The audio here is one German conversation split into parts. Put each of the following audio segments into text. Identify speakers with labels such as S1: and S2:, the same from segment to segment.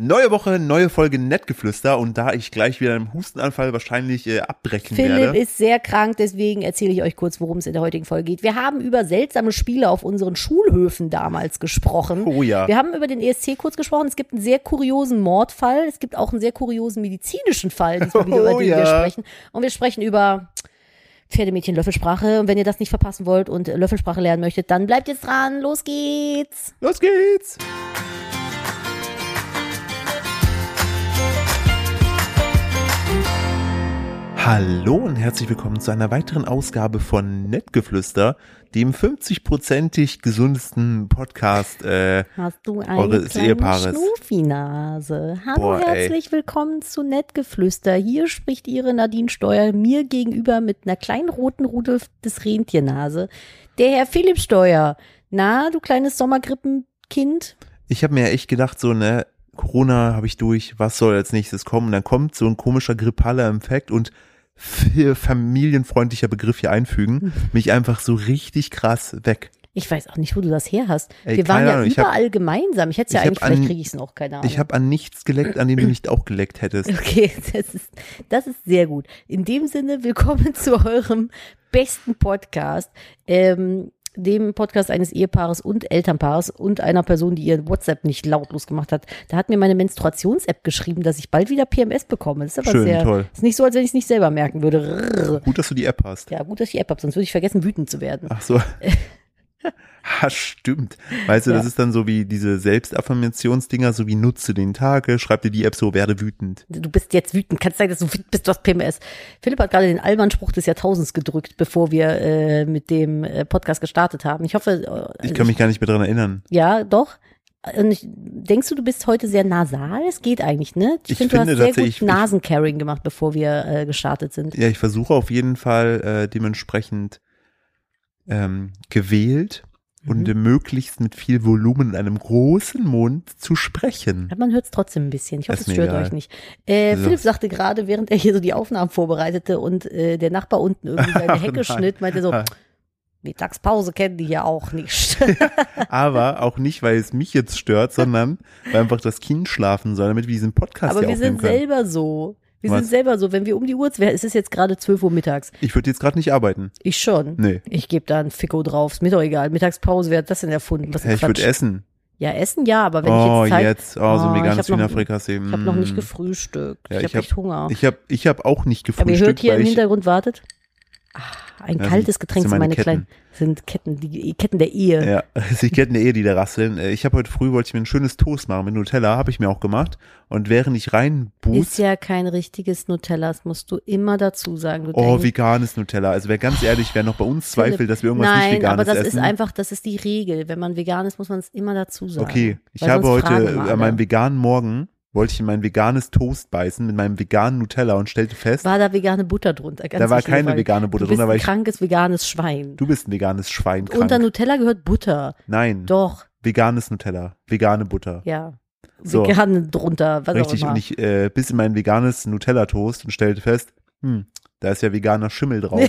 S1: Neue Woche, neue Folge Nettgeflüster und da ich gleich wieder einen Hustenanfall wahrscheinlich äh, abbrechen
S2: Philipp
S1: werde.
S2: ist sehr krank, deswegen erzähle ich euch kurz, worum es in der heutigen Folge geht. Wir haben über seltsame Spiele auf unseren Schulhöfen damals gesprochen.
S1: Oh ja.
S2: Wir haben über den ESC kurz gesprochen. Es gibt einen sehr kuriosen Mordfall. Es gibt auch einen sehr kuriosen medizinischen Fall, diesmal wieder,
S1: Oh
S2: über den
S1: ja.
S2: wir sprechen. Und wir sprechen über Pferdemädchen Löffelsprache. Und wenn ihr das nicht verpassen wollt und Löffelsprache lernen möchtet, dann bleibt jetzt dran. Los geht's.
S1: Los geht's! Hallo und herzlich willkommen zu einer weiteren Ausgabe von Nettgeflüster, dem 50-prozentig gesundesten Podcast. Äh,
S2: Hast du eine
S1: Eures
S2: kleine
S1: Ehepaares.
S2: Schnufi-Nase? Hallo,
S1: Boah, ey.
S2: herzlich willkommen zu Nettgeflüster. Hier spricht Ihre Nadine Steuer mir gegenüber mit einer kleinen roten Rudel des Rentiernase. Der Herr Philipp Steuer. Na, du kleines Sommergrippenkind?
S1: ich habe mir ja echt gedacht, so, ne, Corona habe ich durch, was soll als nächstes kommen? Und dann kommt so ein komischer grippaler Infekt und f- familienfreundlicher Begriff hier
S2: Mhm.
S1: einfügen, mich einfach so richtig krass weg.
S2: Ich weiß auch nicht, wo du das her hast.
S1: Ey,
S2: Wir waren
S1: keine
S2: ja
S1: Ahnung, ich hab-
S2: überall gemeinsam. Ich hätte es ja
S1: ich hab
S2: eigentlich, vielleicht
S1: an-
S2: kriege ich es noch, keine Ahnung.
S1: Ich habe an nichts geleckt, an dem du nicht auch geleckt hättest.
S2: Okay, das ist, das ist sehr gut. In dem Sinne, willkommen zu eurem besten Podcast, ähm, dem Podcast eines Ehepaares und Elternpaares und einer Person, die ihr WhatsApp nicht lautlos gemacht hat. Da hat mir meine Menstruations-App geschrieben, dass ich bald wieder PMS bekomme. Das ist aber
S1: Schön,
S2: sehr,
S1: toll.
S2: ist nicht so, als wenn ich es nicht selber merken würde. Rrrr.
S1: Gut, dass du die App hast.
S2: Ja, gut, dass ich die App habe, sonst würde ich vergessen, wütend zu werden.
S1: Ach so. Ha, stimmt. Weißt du, das
S2: Ja.
S1: ist dann so wie diese Selbstaffirmationsdinger, so wie nutze den Tag, schreib dir die App so, werde wütend.
S2: Du bist jetzt wütend, kannst sagen, dass du wütend bist, du hast PMS. Philipp hat gerade den albernen Spruch des Jahrtausends gedrückt, bevor wir äh, mit dem äh, Podcast gestartet haben. Ich hoffe, äh,
S1: Ich
S2: also
S1: kann mich gar nicht mehr dran erinnern.
S2: Ja, doch. Und ich, denkst du, du bist heute sehr nasal? Es geht eigentlich, ne?
S1: Ich
S2: find,
S1: finde
S2: du hast sehr
S1: tatsächlich-
S2: gut Nasencarrying gemacht, bevor wir äh, gestartet sind.
S1: Ja, ich versuche auf jeden Fall äh, dementsprechend ähm, gewählt und äh,
S2: Mhm.
S1: möglichst mit viel Volumen in einem großen Mund zu sprechen.
S2: Man hört es trotzdem ein bisschen. Ich hoffe,
S1: Ist
S2: es
S1: mir
S2: stört
S1: egal.
S2: euch nicht. Äh,
S1: So.
S2: Philipp sagte gerade, während er hier so die Aufnahmen vorbereitete und äh, der Nachbar unten irgendwie seine
S1: Ach,
S2: Hecke
S1: nein.
S2: schnitt, meinte so,
S1: Ah.
S2: Mittagspause kennen die ja auch nicht.
S1: Aber auch nicht, weil es mich jetzt stört, sondern weil einfach das Kind schlafen soll, damit wir diesen Podcast
S2: Aber
S1: hier
S2: wir
S1: aufnehmen
S2: sind
S1: können.
S2: selber so. Wir
S1: Was?
S2: sind selber so. Wenn wir um die Uhr, es ist jetzt gerade 12 Uhr mittags.
S1: Ich würde jetzt gerade nicht arbeiten.
S2: Ich schon.
S1: Nee.
S2: Ich gebe da einen Ficko drauf. Ist mir doch egal. Mittagspause, wer hat das denn erfunden? Was ein
S1: Hey, ich würde
S2: Quatsch.
S1: essen.
S2: Ja, Essen ja, aber wenn
S1: Oh,
S2: ich jetzt Zeit,
S1: jetzt. Oh, so ein
S2: Oh,
S1: veganes
S2: ich hab noch-
S1: Hühnerfrikassee.
S2: ich habe noch nicht
S1: Mm.
S2: gefrühstückt.
S1: Ja,
S2: ich
S1: ich
S2: habe echt Hunger.
S1: Ich habe ich hab auch nicht
S2: aber ihr hört
S1: gefrühstückt,
S2: hier im
S1: weil ich,
S2: Hintergrund wartet. Ah, ein
S1: Ja, sind-
S2: kaltes Getränk
S1: sind
S2: sind meine,
S1: meine
S2: kleinen sind Ketten, die Ketten der Ehe.
S1: ja, sie kennen ja eh die da rasseln. Äh, Ich habe heute früh, wollte ich mir ein schönes Toast machen mit Nutella, habe ich mir auch gemacht. Und während ich reinbuß,
S2: Ist ja kein richtiges Nutella, das musst du immer dazu sagen. Du
S1: oh,
S2: Denkst.
S1: veganes Nutella. Also wer ganz ehrlich, wer noch bei uns zweifelt, dass wir irgendwas
S2: Nein,
S1: nicht veganes
S2: aber das
S1: essen.
S2: ist einfach, das ist die Regel. Wenn man vegan ist, muss man es immer dazu sagen.
S1: okay, ich
S2: Weil
S1: habe
S2: sonst fragen
S1: heute
S2: wir
S1: an
S2: alle.
S1: meinem veganen Morgen, wollte ich in mein veganes Toast beißen mit meinem veganen Nutella und stellte fest,
S2: War da vegane Butter drunter? Ganz
S1: Da war
S2: wichtige
S1: keine
S2: Frage.
S1: vegane Butter
S2: du bist
S1: drunter, weil
S2: Ein
S1: ich-
S2: krankes veganes Schwein.
S1: du bist ein veganes Schwein. Krank. Mhm.
S2: Unter Nutella gehört Butter.
S1: Nein,
S2: Doch,
S1: veganes Nutella, vegane Butter.
S2: ja.
S1: So.
S2: Vegan drunter, Also was
S1: Richtig,
S2: auch immer.
S1: und ich äh, biss in mein veganes Nutella-Toast und stellte fest, hm, da ist ja veganer Schimmel drauf.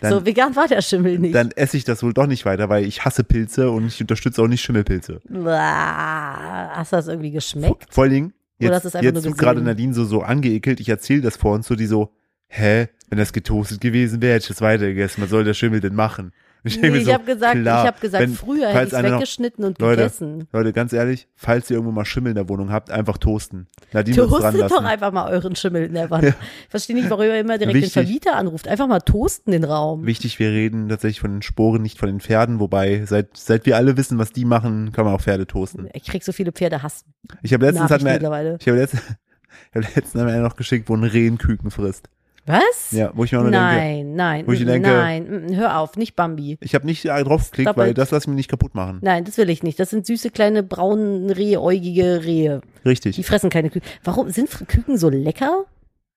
S1: Dann,
S2: so vegan war der Schimmel nicht.
S1: dann esse ich das wohl doch nicht weiter, weil ich hasse Pilze und ich unterstütze auch nicht Schimmelpilze.
S2: Blah, hast du das irgendwie
S1: Vor,
S2: geschmeckt?
S1: vor allen Dingen,
S2: Oder hast
S1: jetzt,
S2: du es Oh, einfach
S1: jetzt
S2: nur
S1: tut gerade
S2: gesehen?
S1: Nadine so, so angeekelt, ich erzähle das vor uns so, die so, hä, wenn das getoastet gewesen wäre, hätte ich das weitergegessen, was soll der Schimmel denn machen? Und
S2: Ich,
S1: denke
S2: nee,
S1: mir
S2: ich
S1: so,
S2: habe gesagt,
S1: klar,
S2: ich hab gesagt
S1: wenn-
S2: früher hätte
S1: falls
S2: ich
S1: einer noch-
S2: weggeschnitten und
S1: Leute,
S2: gegessen.
S1: Leute, ganz ehrlich, falls ihr irgendwo mal Schimmel in der Wohnung habt, einfach toasten. Nadine wird's dran
S2: Toastet
S1: lassen.
S2: doch einfach mal euren Schimmel in der Wand. Ich verstehe nicht, warum ihr immer direkt
S1: Wichtig.
S2: den Vermieter anruft. Einfach mal toasten den Raum.
S1: Wichtig, wir reden tatsächlich von den Sporen, nicht von den Pferden, wobei seit, seit wir alle wissen, was die machen, kann man auch Pferde toasten.
S2: Ich krieg so viele Pferdehass.
S1: Ich habe letztens hat
S2: Nachrichten
S1: mir,
S2: mittlerweile.
S1: ich habe letztens, ich habe letztens hat mir einer noch geschickt, wo ein Reh einen Küken frisst.
S2: Was?
S1: Ja, wo ich mir auch nur denke,
S2: nein, nein,
S1: Wo ich
S2: mm,
S1: denke-
S2: nein, mm, hör auf, nicht Bambi.
S1: ich habe nicht drauf geklickt,
S2: Stopp
S1: weil
S2: it.
S1: das lasse ich mir nicht kaputt machen.
S2: Nein, das will ich nicht. Das sind süße kleine braun rehäugige Rehe. Die
S1: Richtig.
S2: fressen keine Küken. Warum sind Küken so lecker?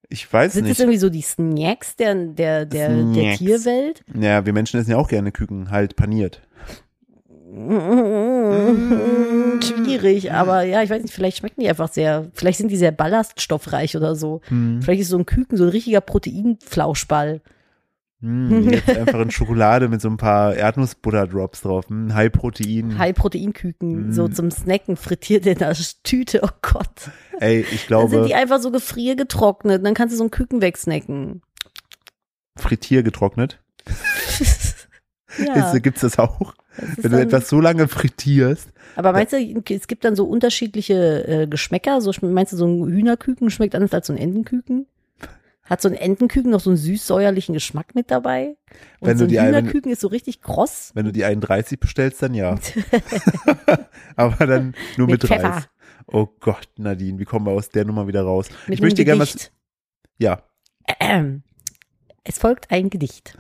S1: Ich weiß
S2: Sind das
S1: nicht.
S2: irgendwie so die Snacks der, der, der, der
S1: Snacks.
S2: Tierwelt?
S1: Naja, wir Menschen essen ja auch gerne Küken, halt paniert.
S2: Schwierig, aber ja, ich weiß nicht, vielleicht schmecken die einfach sehr, vielleicht sind die sehr
S1: Hm.
S2: ballaststoffreich oder so. Vielleicht ist so ein Küken so ein richtiger Proteinflauschball.
S1: Hm, jetzt einfach in Schokolade mit so ein paar Erdnussbutter-Drops drauf. Hm, High Protein.
S2: High-Protein-Küken, so zum Snacken frittiert in der Tüte, oh Gott.
S1: Ey, ich
S2: Dann sind
S1: glaube,
S2: die einfach so gefriergetrocknet, dann kannst du so einen Küken wegsnacken.
S1: Frittier getrocknet.
S2: ja,
S1: Ist, gibt's das auch?
S2: das ist
S1: Wenn du
S2: dann-
S1: etwas so lange frittierst.
S2: aber meinst du, es gibt dann so unterschiedliche äh, Geschmäcker? So, schme- meinst du, so ein Hühnerküken schmeckt anders als so ein Entenküken? Hat so ein Entenküken noch so einen süß-säuerlichen Geschmack mit dabei? Und
S1: Wenn
S2: so
S1: du
S2: ein
S1: die- wenn-
S2: Hühnerküken ist so richtig kross.
S1: Wenn du die 31 bestellst, dann ja. Aber dann nur mit,
S2: Mit
S1: Reis.
S2: Pfeffer.
S1: Oh Gott, Nadine, wie kommen wir aus der Nummer wieder raus?
S2: Mit
S1: ich möchte
S2: einem
S1: gerne was.
S2: Gedicht.
S1: Ja,
S2: Ahem. Es folgt ein Gedicht.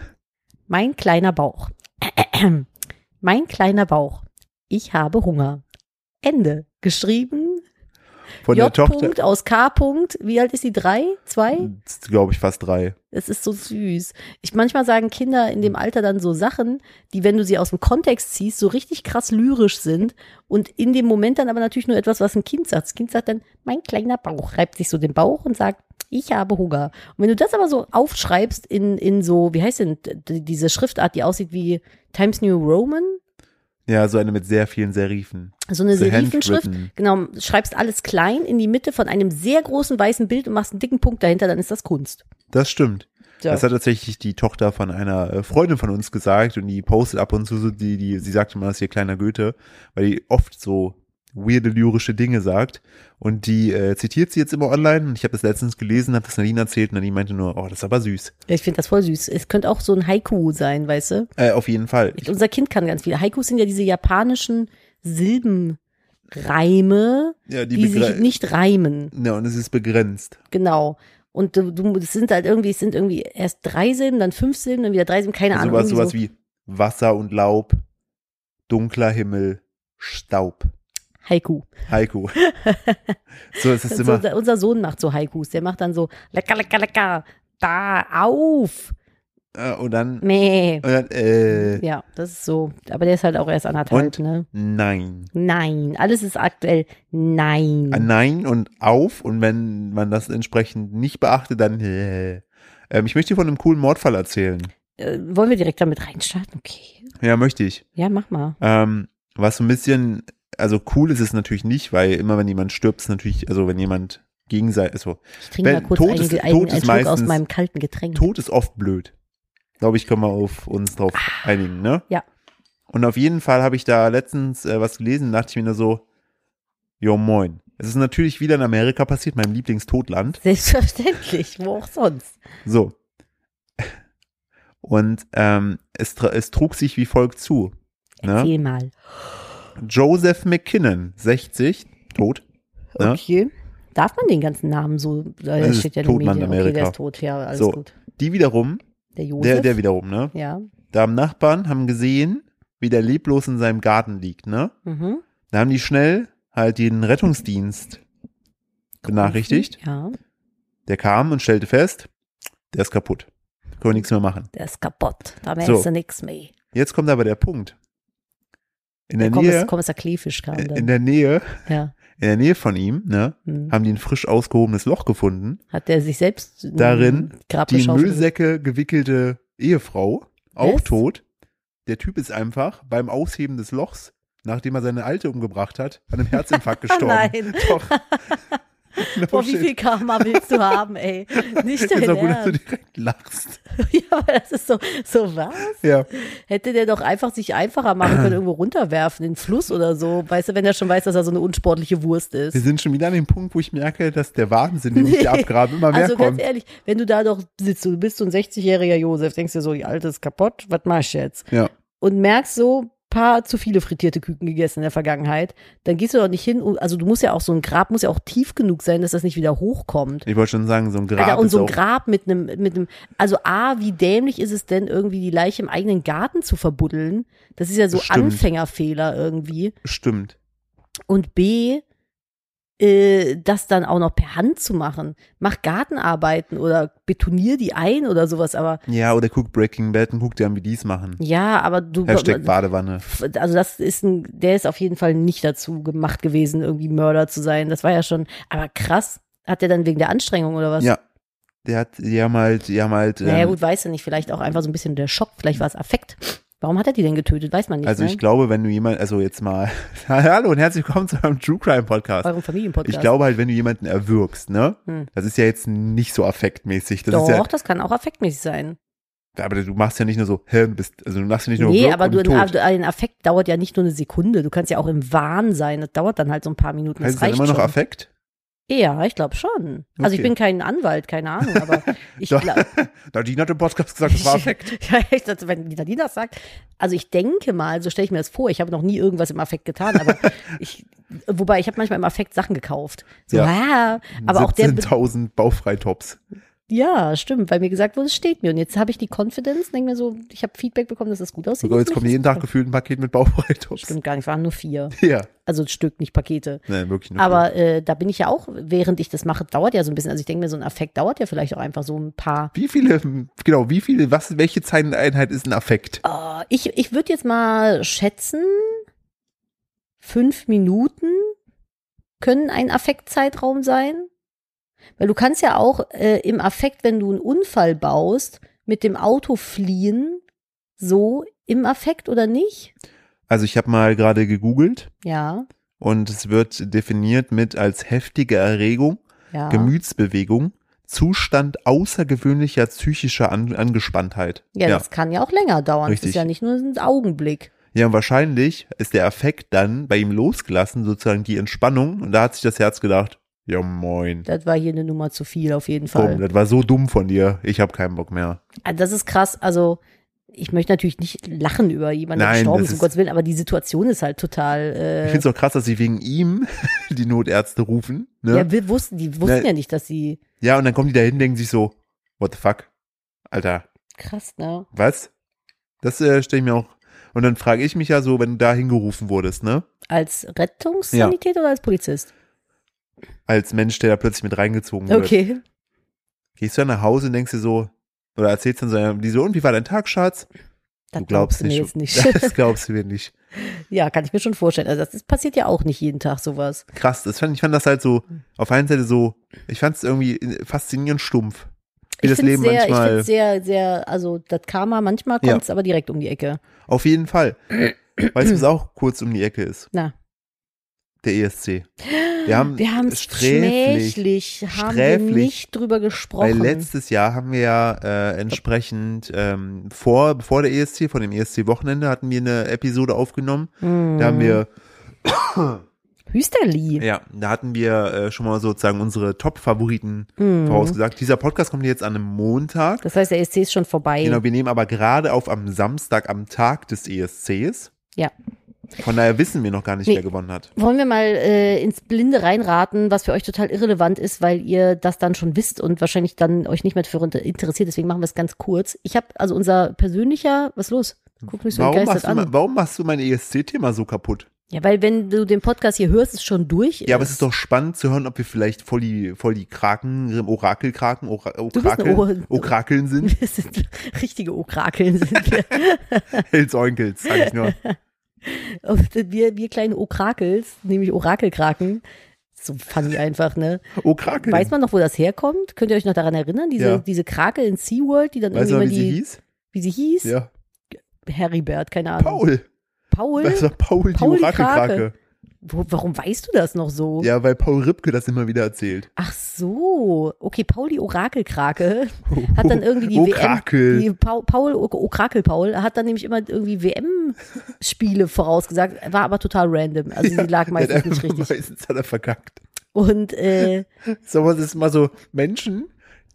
S2: Mein kleiner Bauch. Ahem. Mein kleiner Bauch. Ich habe Hunger. Ende. Geschrieben.
S1: von
S2: J.
S1: der Tochter,
S2: Punkt aus K. Punkt. Wie alt ist sie? Drei? Zwei?
S1: glaube ich, fast drei.
S2: Es ist so süß. Ich manchmal sagen Kinder in dem Alter dann so Sachen, die, wenn du sie aus dem Kontext ziehst, so richtig krass lyrisch sind und in dem Moment dann aber natürlich nur etwas, was ein Kind sagt. Das Kind sagt dann, mein kleiner Bauch, reibt sich so den Bauch und sagt, ich habe Hunger. Und wenn du das aber so aufschreibst in, in so, wie heißt denn d- d- diese Schriftart, die aussieht wie Times New Roman?
S1: Ja, so eine mit sehr vielen Serifen.
S2: So eine
S1: So
S2: Serifenschrift.
S1: handwritten.
S2: Genau, schreibst alles klein in die Mitte von einem sehr großen weißen Bild und machst einen dicken Punkt dahinter, dann ist das Kunst.
S1: Das stimmt.
S2: So.
S1: Das hat tatsächlich die Tochter von einer äh, Freundin von uns gesagt und die postet ab und zu so, die, die, sie sagt immer, das ist ihr kleiner Goethe, weil die oft so weirde lyrische Dinge sagt und die äh, zitiert sie jetzt immer online und ich habe das letztens gelesen, habe das Nadine erzählt und Nadine meinte nur, oh, das ist aber süß.
S2: Ich finde das voll süß. Es könnte auch so ein Haiku sein, weißt du?
S1: Äh, auf jeden Fall. Ich,
S2: Unser Kind kann ganz viel. Haikus sind ja diese japanischen Silbenreime,
S1: ja, die
S2: die, sich
S1: begre-
S2: nicht reimen.
S1: ja, und es ist begrenzt.
S2: Genau. Und du, du, es sind halt irgendwie, es sind irgendwie erst drei Silben, dann fünf Silben, dann wieder drei Silben, keine Ahnung.
S1: sowas
S2: irgendwie
S1: Also sowas wie Wasser und Laub, dunkler Himmel, Staub.
S2: Haiku.
S1: Haiku. so, es ist
S2: So,
S1: immer.
S2: unser- unser Sohn macht so Haikus. Der macht dann so lecker, lecker, lecker, da, auf,
S1: Äh, und dann. Und
S2: meh.
S1: dann äh,
S2: Ja, das ist so. Aber der ist halt auch erst anderthalb,
S1: Und?
S2: ne?
S1: Nein.
S2: Nein, alles ist aktuell nein.
S1: Ein Nein und auf und wenn man das entsprechend nicht beachtet, dann äh. ähm, ich möchte dir von einem coolen Mordfall erzählen.
S2: äh, wollen wir direkt damit reinstarten? Okay.
S1: Ja, möchte ich.
S2: Ja, mach mal.
S1: Ähm, was so ein bisschen, also cool ist es natürlich nicht, weil immer wenn jemand stirbt, ist natürlich, also wenn jemand gegenseitig, also
S2: Ich trinke
S1: Wenn-
S2: mal kurz
S1: Tod
S2: einen,
S1: ist-
S2: einen,
S1: Tod
S2: einen
S1: ist
S2: Schluck aus
S1: meistens-
S2: meinem kalten Getränk.
S1: Tod ist oft blöd. Glaube ich, können wir auf uns drauf einigen, ne?
S2: Ah, ja.
S1: Und auf jeden Fall habe ich da letztens äh, was gelesen, dachte ich mir nur so, jo moin. Es ist natürlich wieder in Amerika passiert, meinem Lieblingstodland.
S2: Selbstverständlich, wo auch sonst.
S1: So. Und ähm, es, tra- es trug sich wie folgt zu. Ne?
S2: Erzähl mal.
S1: Joseph McKinnon, 60, tot. Ne?
S2: Okay. Darf man den ganzen Namen so? äh, Da
S1: Das ist
S2: steht ja in den
S1: Todland
S2: Medien. Okay,
S1: Amerika.
S2: der ist tot, ja, alles
S1: So.
S2: gut.
S1: Die wiederum,
S2: Der Josef.
S1: der, der wiederum, ne?
S2: ja.
S1: Da haben Nachbarn, haben gesehen, wie der leblos in seinem Garten liegt, ne?
S2: Mhm.
S1: Da haben die schnell halt den Rettungsdienst benachrichtigt.
S2: Mhm. Ja,
S1: Der kam und stellte fest, der ist kaputt. Können wir nichts mehr machen.
S2: der ist kaputt. Da merkst
S1: So.
S2: du nichts mehr.
S1: Jetzt kommt aber der Punkt. In der,
S2: Komm,
S1: Nähe,
S2: es, komm, es der Kleefisch kam
S1: in
S2: dann.
S1: der Nähe,
S2: Ja.
S1: in der Nähe von ihm, ne,
S2: Hm.
S1: haben die ein frisch ausgehobenes Loch gefunden.
S2: Hat der sich selbst mhm,
S1: Darin Die in
S2: Müllsäcke.
S1: Müllsäcke gewickelte Ehefrau, auch
S2: Was?
S1: tot. Der Typ ist einfach beim Ausheben des Lochs, nachdem er seine Alte umgebracht hat, an einem Herzinfarkt gestorben.
S2: nein.
S1: Doch. No
S2: Boah, wie
S1: shit.
S2: viel Karma willst du haben, ey? Nicht dein
S1: Ist auch gut, dass du
S2: Ernst.
S1: direkt lachst.
S2: Ja, aber das ist so, so was?
S1: Ja.
S2: Hätte der doch einfach sich einfacher machen können, irgendwo runterwerfen, in den Fluss oder so. Weißt du, wenn er schon weiß, dass er so eine unsportliche Wurst
S1: Wir
S2: ist.
S1: sind schon wieder an dem Punkt, wo ich merke, dass der Wahnsinn, den ich hier abgrabe, immer mehr
S2: Also ganz
S1: kommt.
S2: ehrlich, wenn du da doch sitzt, du bist so ein 60-jähriger Josef, denkst dir so, die Alte ist kaputt, was mach ich jetzt?
S1: Ja.
S2: Und merkst so, paar zu viele frittierte Küken gegessen in der Vergangenheit, dann gehst du doch nicht hin, und- also du musst ja auch, so ein Grab muss ja auch tief genug sein, dass das nicht wieder hochkommt.
S1: Ich wollte schon sagen, so ein Grab
S2: Alter, und
S1: ist
S2: so ein
S1: auch
S2: Grab mit einem, mit einem, also A, wie dämlich ist es denn, irgendwie die Leiche im eigenen Garten zu verbuddeln? Das ist ja so
S1: Stimmt.
S2: Anfängerfehler irgendwie.
S1: stimmt.
S2: Und B, äh, das dann auch noch per Hand zu machen. Mach Gartenarbeiten oder betonier die ein oder sowas, aber
S1: Ja, oder guck Breaking Bad und guck dir an, wie die es machen.
S2: ja, aber du.
S1: Hashtag Badewanne.
S2: also das ist ein, der ist auf jeden Fall nicht dazu gemacht gewesen, irgendwie Mörder zu sein. Das war ja schon, aber krass, hat der dann wegen der Anstrengung oder was?
S1: Ja, Der hat, die haben halt, die haben halt.
S2: Naja,
S1: ähm,
S2: gut, weißt du nicht. Vielleicht auch einfach so ein bisschen der Schock. Vielleicht war es Affekt. Warum hat er die denn getötet? Weiß man nicht.
S1: also
S2: ne?
S1: ich glaube, wenn du jemand, also jetzt mal, hallo und herzlich willkommen zu einem True Crime Podcast.
S2: Eurem Familienpodcast.
S1: Ich glaube halt, wenn du jemanden erwürgst, ne?
S2: Hm.
S1: Das ist ja jetzt nicht so affektmäßig. Das
S2: Doch,
S1: ist ja,
S2: das kann auch affektmäßig sein.
S1: aber du machst ja nicht nur so, hä, du bist, also du machst ja nicht nur
S2: Nee,
S1: Wirk
S2: aber
S1: und
S2: du,
S1: tot.
S2: ein, ein Affekt dauert ja nicht nur eine Sekunde. Du kannst ja auch im Wahn sein. Das dauert dann halt so ein paar Minuten. Das
S1: heißt es dann
S2: reicht
S1: immer noch
S2: schon.
S1: Affekt?
S2: Ja, ich glaube schon. Also
S1: Okay.
S2: ich bin kein Anwalt, keine Ahnung, aber ich
S1: Doch.
S2: glaube.
S1: Nadine hat im Podcast gesagt, es war Affekt.
S2: ja, ich dachte, wenn die Nadine das sagt. Also ich denke mal, so stelle ich mir das vor, ich habe noch nie irgendwas im Affekt getan, aber ich, wobei ich habe manchmal im Affekt Sachen gekauft. So,
S1: Ja.
S2: ah, aber auch der, Be-
S1: 17.000 Baufreitops.
S2: ja, stimmt, weil mir gesagt wurde, es steht mir. Und jetzt habe ich die Confidence, denke mir so, ich habe Feedback bekommen, dass das gut aussieht.
S1: Sogar jetzt kommt jeden Tag gefühlt ein Paket mit Baufreitops.
S2: Stimmt gar nicht, waren nur vier.
S1: Ja,
S2: Also Stück, nicht Pakete.
S1: nein, wirklich nur
S2: Aber äh, da bin ich ja auch, während ich das mache, dauert ja so ein bisschen. Also ich denke mir, so ein Affekt dauert ja vielleicht auch einfach so ein paar
S1: Wie viele, genau, wie viele, was, welche Zeiteinheit ist ein Affekt?
S2: Ah, ich ich würde jetzt mal schätzen, fünf Minuten können ein Affektzeitraum sein. Weil du kannst ja auch äh, im Affekt, wenn du einen Unfall baust, mit dem Auto fliehen, so im Affekt oder nicht?
S1: Also ich habe mal gerade gegoogelt
S2: Ja,
S1: und es wird definiert mit als heftige Erregung,
S2: ja.
S1: Gemütsbewegung, Zustand außergewöhnlicher psychischer An Angespanntheit.
S2: ja,
S1: ja.
S2: das kann ja auch länger dauern. Das ist
S1: Richtig.
S2: ja nicht nur ein Augenblick.
S1: Ja, und wahrscheinlich ist der Affekt dann bei ihm losgelassen, sozusagen die Entspannung. Und da hat sich das Herz gedacht, ja moin.
S2: Das war hier eine Nummer zu viel auf jeden Fall.
S1: Komm, das war so dumm von dir. Ich habe keinen Bock mehr.
S2: Also das ist krass. Also ich möchte natürlich nicht lachen über jemanden, der
S1: Nein,
S2: gestorben
S1: das
S2: ist, um
S1: ist-
S2: Gottes Willen, aber die Situation ist halt total.
S1: Ich
S2: Äh,
S1: finde es auch krass, dass sie wegen ihm die Notärzte rufen. Ne?
S2: Ja, wir wussten, die wussten
S1: Na-
S2: ja nicht, dass sie.
S1: Ja, und dann kommen die da hin, denken sich so, what the fuck? Alter,
S2: Krass, ne?
S1: was? Das äh, stelle ich mir auch. Und dann frage ich mich ja so, wenn du da hingerufen wurdest, ne?
S2: Als Rettungssanitäter oder als Polizist?
S1: Als Mensch, der da plötzlich mit reingezogen wird.
S2: Okay.
S1: Gehst du dann nach Hause und denkst dir so, oder erzählst dann so, einem, die so, und wie war dein Tag, Schatz?
S2: Das
S1: du glaubst
S2: mir
S1: nicht.
S2: jetzt nicht.
S1: Das glaubst du mir nicht.
S2: ja, kann ich mir schon vorstellen. Also das, das passiert ja auch nicht jeden Tag sowas.
S1: Krass, das fand, ich fand das halt so,
S2: Hm.
S1: auf einer Seite so, ich fand es irgendwie faszinierend stumpf. Wie
S2: ich
S1: das
S2: find's
S1: Leben
S2: sehr, Ich
S1: manchmal.
S2: finde sehr, sehr, also das Karma, manchmal
S1: Ja.
S2: kommt es aber direkt um die Ecke.
S1: Auf jeden Fall. weißt du, was auch kurz um die Ecke ist?
S2: Na.
S1: Der ESC. Wir haben,
S2: Wir haben es
S1: sträflich.
S2: schmählich, haben wir
S1: Sträflich.
S2: nicht drüber
S1: Weil
S2: gesprochen.
S1: letztes Jahr haben wir ja äh, entsprechend ähm, vor, bevor der ESC, vor dem ESC-Wochenende, hatten wir eine Episode aufgenommen.
S2: hm.
S1: Da haben wir,
S2: Hüsterli.
S1: ja, da hatten wir äh, schon mal sozusagen unsere Top-Favoriten
S2: Hm.
S1: vorausgesagt. Dieser Podcast kommt jetzt an einem Montag.
S2: Das heißt, der ESC ist schon vorbei.
S1: Genau, wir nehmen aber gerade auf am Samstag, am Tag des ESCs.
S2: Ja.
S1: Von daher wissen wir noch gar nicht,
S2: Nee.
S1: wer gewonnen hat.
S2: Wollen wir mal äh, ins Blinde reinraten, was für euch total irrelevant ist, weil ihr das dann schon wisst und wahrscheinlich dann euch nicht mehr für inter- interessiert. Deswegen machen wir es ganz kurz. Ich habe also unser persönlicher, was ist los? Guck mich so
S1: Warum machst,
S2: begeistert
S1: du,
S2: an.
S1: mein- warum machst du mein ESC-Thema so kaputt?
S2: Ja, weil wenn du den Podcast hier hörst, ist schon durch.
S1: Ja, aber es ist doch spannend zu hören, ob wir vielleicht voll die, voll die Kraken, Orakelkraken, Ora
S2: bist eine
S1: Orakel,
S2: Ohr-
S1: Orakeln sind.
S2: Wir sind richtige Okrakeln sind wir.
S1: Hells Onkels, sag ich nur.
S2: Und wir, wir kleinen Okrakels, nämlich Orakelkraken. So funny einfach, ne?
S1: Orakeln.
S2: Weiß man noch, wo das herkommt? Könnt ihr euch noch daran erinnern? Diese,
S1: Hm. Ja.
S2: diese Krake in SeaWorld, die dann
S1: weißt du, noch, wie
S2: irgendwie
S1: sie
S2: immer die,
S1: hieß?
S2: wie sie hieß?
S1: Ja.
S2: Heribert, keine Ahnung.
S1: Paul.
S2: Paul?
S1: Das war Paul,
S2: Paul
S1: die
S2: die
S1: Orakelkrake.
S2: Wo, warum weißt du das noch so?
S1: Ja, weil Paul Ripke das immer wieder erzählt.
S2: Ach so. Okay, Pauli Orakelkrake hat dann irgendwie die
S1: Orakel.
S2: WM. Die Paul, Paul O- Orakel-Paul hat dann nämlich immer irgendwie WM-Spiele vorausgesagt, war aber total random. Also die
S1: Der
S2: lag
S1: hat
S2: meistens
S1: einfach-
S2: nicht richtig.
S1: Meistens hat er verkackt.
S2: Und äh,
S1: So was ist immer so Menschen,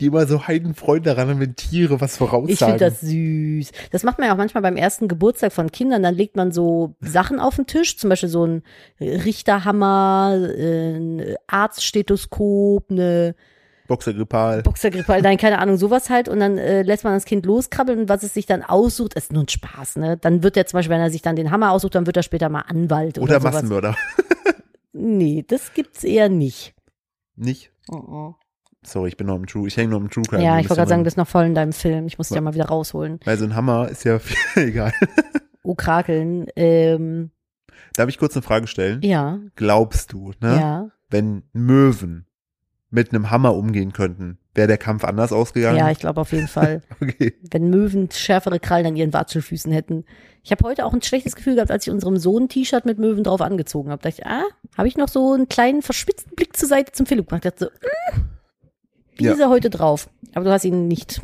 S1: die immer so heidenfreund daran haben, wenn Tiere was voraussagen.
S2: ich finde das süß. Das macht man ja auch manchmal beim ersten Geburtstag von Kindern. Dann legt man so Sachen auf den Tisch, zum Beispiel so ein Richterhammer, äh, ein Arztstethoskop, eine
S1: Boxer Grippal.
S2: Boxergrippe, nein, keine Ahnung, sowas halt. Und dann äh, lässt man das Kind loskrabbeln und was es sich dann aussucht, ist nur ein Spaß, ne? Dann wird er zum Beispiel, wenn er sich dann den Hammer aussucht, dann wird er später mal Anwalt oder,
S1: Oder
S2: sowas.
S1: Massenmörder.
S2: Nee, das gibt's eher nicht.
S1: Nicht? Sorry, ich bin noch im True. Ich hänge noch im True Crime.
S2: Ja,
S1: Du
S2: ich
S1: bist
S2: wollte gerade sagen, du
S1: mein-
S2: bist noch voll in deinem Film. Ich muss dich ja mal wieder rausholen.
S1: Weil so ein Hammer ist ja egal.
S2: Oh, krakeln. Ähm,
S1: Darf ich kurz eine Frage stellen?
S2: ja,
S1: Glaubst du, ne,
S2: ja.
S1: wenn Möwen mit einem Hammer umgehen könnten, wäre der Kampf anders ausgegangen?
S2: Ja, ich glaube auf jeden Fall.
S1: okay.
S2: wenn Möwen schärfere Krallen an ihren Watschelfüßen hätten. Ich habe heute auch ein schlechtes Gefühl gehabt, als ich unserem Sohn ein T-Shirt mit Möwen drauf angezogen habe. Dachte ich, ah, habe ich noch so einen kleinen verspitzten Blick zur Seite zum Philipp gemacht. Dachte so, mm, wie
S1: Ja.
S2: ist er heute drauf? Aber du hast ihn nicht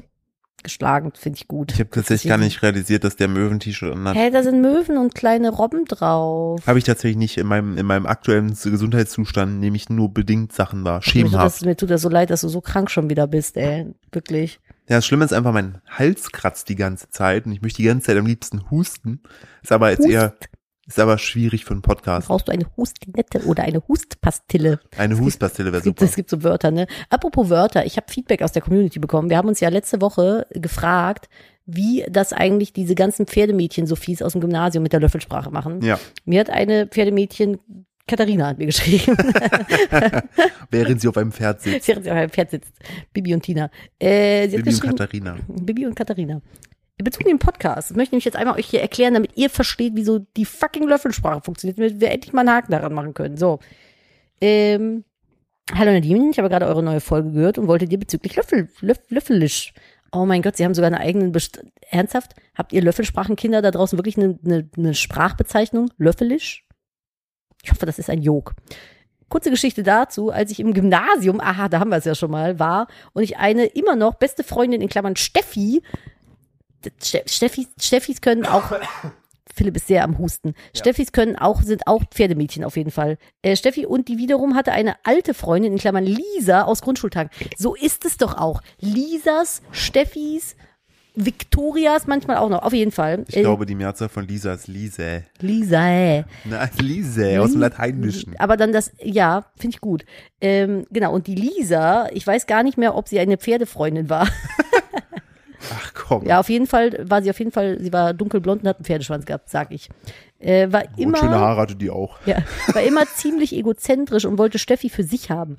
S2: geschlagen, finde ich gut.
S1: Ich habe tatsächlich gar nicht realisiert, dass der Möwen-T-Shirt anhat.
S2: Hä, da sind Möwen und kleine Robben drauf.
S1: Habe ich tatsächlich nicht. In meinem, in meinem aktuellen Gesundheitszustand nehme ich nur bedingt Sachen wahr.
S2: Mir tut,
S1: Schemenhaft.
S2: Also das, mir tut das so leid, dass du so krank schon wieder bist, ey. Wirklich.
S1: Ja, das Schlimme ist einfach, mein Hals kratzt die ganze Zeit und ich möchte die ganze Zeit am liebsten husten. Ist aber jetzt
S2: Hust.
S1: eher, ist aber schwierig für einen Podcast.
S2: Brauchst du eine Hustinette oder eine Hustpastille?
S1: Eine Hustpastille wäre
S2: Es gibt,
S1: super.
S2: es gibt so Wörter, ne? Apropos Wörter, ich habe Feedback aus der Community bekommen. Wir haben uns ja letzte Woche gefragt, wie das eigentlich diese ganzen Pferdemädchen so fies aus dem Gymnasium mit der Löffelsprache machen.
S1: Ja,
S2: Mir hat eine Pferdemädchen, Katharina hat mir geschrieben,
S1: während sie auf einem Pferd sitzt.
S2: während sie auf einem Pferd sitzt. Bibi und Tina. Äh, sie hat
S1: Bibi und
S2: geschrieben,
S1: Katharina.
S2: Bibi und Katharina. In Bezug auf den Podcast, das möchte ich jetzt einmal euch hier erklären, damit ihr versteht, wieso die fucking Löffelsprache funktioniert, damit wir endlich mal einen Haken daran machen können. So. Ähm, Hallo Nadine, ich habe gerade eure neue Folge gehört und wollte dir bezüglich Löffel, Löff, Löffelisch. Oh mein Gott, sie haben sogar eine eigenen Best Ernsthaft? Habt ihr Löffelsprachenkinder da draußen wirklich eine, eine, eine Sprachbezeichnung? Löffelisch? Ich hoffe, das ist ein Jog. Kurze Geschichte dazu, als ich im Gymnasium, aha, da haben wir es ja schon mal, war und ich eine immer noch beste Freundin in Klammern Steffi, Ste- Steffis, Steffis können auch, Philipp ist sehr am Husten, Steffis können auch, sind auch Pferdemädchen auf jeden Fall. Äh, Steffi und die wiederum hatte eine alte Freundin in Klammern Lisa aus Grundschultagen. So ist es doch auch. Lisas, Steffis, Victorias manchmal auch noch, auf jeden Fall.
S1: Ich
S2: Äh,
S1: glaube, die Mehrzahl von Lisa ist Lise.
S2: Lisa, äh.
S1: Na, Lise, aus dem
S2: Li-
S1: Lateinischen.
S2: Aber dann das, ja, finde ich gut. Ähm, genau, und die Lisa, ich weiß gar nicht mehr, ob sie eine Pferdefreundin war.
S1: Ach komm.
S2: Ja, auf jeden Fall war sie auf jeden Fall, sie war dunkelblond und hat einen Pferdeschwanz gehabt, sag ich. Äh, war
S1: und schöne
S2: immer,
S1: Haare hatte die auch.
S2: ja, war immer ziemlich egozentrisch und wollte Steffi für sich haben.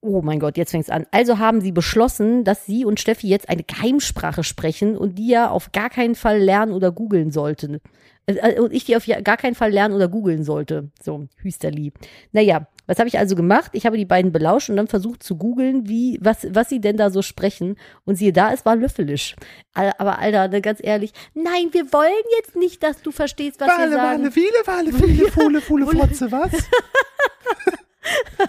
S2: Oh mein Gott, jetzt fängt's an. Also haben sie beschlossen, dass sie und Steffi jetzt eine Geheimsprache sprechen und die ja auf gar keinen Fall lernen oder googeln sollten. Äh, Und ich die auf ja- gar keinen Fall lernen oder googeln sollte. So, Hüsterli. Naja, was habe ich also gemacht? Ich habe die beiden belauscht und dann versucht zu googeln, wie, was, was sie denn da so sprechen. Und siehe da, es war löffelisch. Al- Aber Alter, ne, ganz ehrlich, nein, wir wollen jetzt nicht, dass du verstehst, was wir
S1: Wale,
S2: sagen.
S1: Wale, viele, Wale, viele, Fule, Fule, Fotze, was?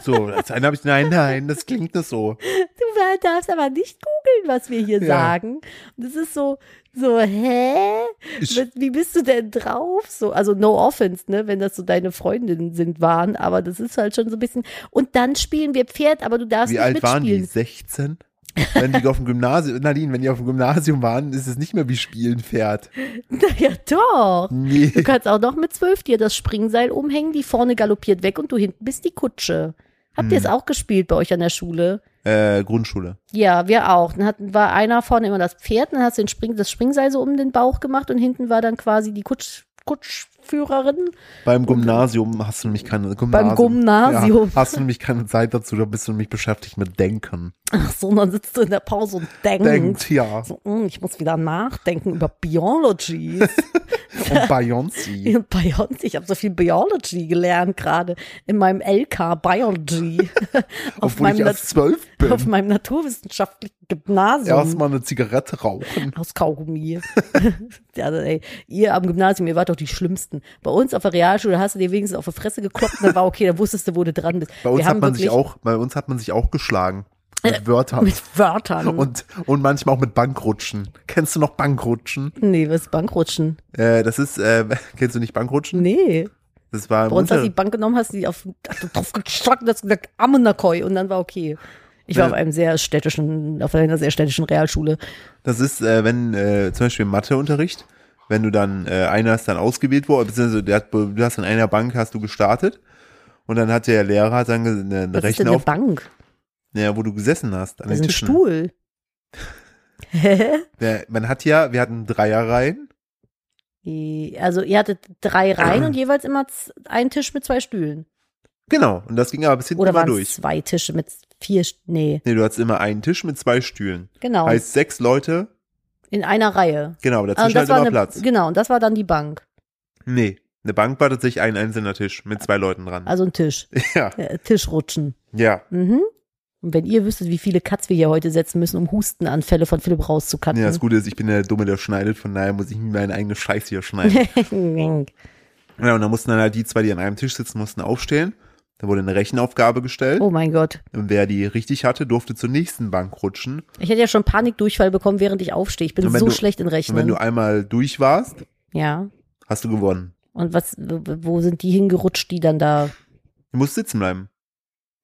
S1: So, als einen habe ich, nein, nein, das klingt nicht so.
S2: Du darfst aber nicht googeln, was wir hier
S1: Ja.
S2: sagen. Und Das ist so, so, hä?
S1: Ich-
S2: Mit- Wie bist du denn drauf? So, also no offense, ne, wenn das so deine Freundinnen sind, waren, aber das ist halt schon so ein bisschen. Und dann spielen wir Pferd, aber du darfst
S1: Wie
S2: nicht
S1: alt waren die?
S2: mitspielen.
S1: 16? Wenn die auf dem Gymnasium, Nadine, wenn die auf dem Gymnasium waren, ist es nicht mehr wie Spielen Pferd.
S2: Naja, doch. Du
S1: Nee.
S2: kannst auch noch mit zwölf dir das Springseil umhängen, die vorne galoppiert weg und du hinten bist die Kutsche. Habt ihr es
S1: Hm.
S2: auch gespielt bei euch an der Schule?
S1: Äh, Grundschule.
S2: Ja, wir auch. Dann hatten, war einer vorne immer das Pferd, dann hast du den Spring, das Springseil so um den Bauch gemacht und hinten war dann quasi die Kutsch, Kutschführerin.
S1: Beim Gymnasium hast du nämlich keine Gymnasium.
S2: Gymnasium.
S1: Ja, hast du nämlich keine Zeit dazu, da bist du nämlich beschäftigt mit Denken.
S2: Ach so, und dann sitzt du in der Pause und denkst.
S1: Denkt, ja.
S2: So, "Mm, ich muss wieder nachdenken über Biology.
S1: Und Beyoncé.
S2: Und Biology, ich habe so viel Biology gelernt gerade in meinem LK Biology. auf,
S1: Obwohl
S2: meinem
S1: ich erst
S2: Nat-
S1: zwölf
S2: auf
S1: bin.
S2: meinem naturwissenschaftlichen Gymnasium.
S1: Erstmal eine Zigarette rauchen.
S2: Aus Kaugummi. ja, also, ey, ihr am Gymnasium, ihr wart doch die Schlimmsten. Bei uns auf der Realschule hast du dir wenigstens auf die Fresse gekloppt und dann war okay, dann wusstest du, wo du dran bist.
S1: Bei uns
S2: Wir
S1: hat
S2: haben
S1: man sich
S2: wirklich Äh,
S1: auch, bei uns hat man sich auch geschlagen. Mit Wörtern.
S2: mit Wörtern.
S1: Und, und manchmal auch mit Bankrutschen. Kennst du noch Bankrutschen?
S2: nee, was Bankrutschen?
S1: Äh, das ist, äh, kennst du nicht Bankrutschen?
S2: Nee.
S1: Das war im
S2: Bei uns hast du
S1: Unter
S2: die Bank genommen, hast die auf hast du drauf geschlagen und hast gesagt, Amenakoi und dann war okay. Ich war
S1: Nee.
S2: auf einem sehr städtischen, auf einer sehr städtischen Realschule.
S1: Das ist, äh, wenn äh, zum Beispiel im Matheunterricht, wenn du dann, äh, einer ist dann ausgewählt worden, beziehungsweise der hat, du hast in einer Bank hast du gestartet und dann hat der Lehrer hat dann ge- eine, eine
S2: Was ist denn
S1: Rechnung
S2: eine
S1: auf,
S2: Bank?
S1: ja, wo du gesessen hast, an
S2: Das
S1: den
S2: ist ein
S1: Tischen.
S2: Stuhl. Hä?
S1: Der, man hat ja, wir hatten Dreierreihen,
S2: Die- Also ihr hattet drei Reihen und jeweils immer z- einen Tisch mit zwei Stühlen.
S1: genau, und das ging aber bis hinten
S2: Oder
S1: immer
S2: waren
S1: durch.
S2: zwei Tische mit vier, St- nee,
S1: Nee, du hattest immer einen Tisch mit zwei Stühlen.
S2: genau,
S1: Heißt sechs Leute,
S2: in einer Reihe.
S1: genau, aber
S2: Ah, und
S1: dazwischen halt
S2: war
S1: immer
S2: eine,
S1: Platz.
S2: Genau, und das war dann die Bank,
S1: Nee, eine Bank war tatsächlich ein einzelner Tisch mit zwei Leuten dran.
S2: also ein also Tisch,
S1: ja,
S2: äh, Tischrutschen.
S1: ja.
S2: Mhm. Und wenn ihr wüsstet, wie viele Cuts wir hier heute setzen müssen, um Hustenanfälle von Philipp rauszukatten.
S1: Ja, das Gute ist, ich bin der Dumme, der schneidet, von daher muss ich mir meine eigene Scheiße hier schneiden. ja, und dann mussten dann halt die zwei, die an einem Tisch sitzen mussten, aufstehen. Da wurde eine Rechenaufgabe gestellt.
S2: oh mein Gott.
S1: Und wer die richtig hatte, durfte zur nächsten Bank rutschen.
S2: Ich hätte ja schon Panikdurchfall bekommen, während ich aufstehe. Ich bin
S1: Und wenn
S2: so
S1: du-
S2: schlecht in
S1: Und wenn
S2: Rechnen.
S1: du einmal durch warst,
S2: ja.
S1: hast du gewonnen.
S2: Und was, wo sind die hingerutscht, die dann da?
S1: Du musst sitzen bleiben.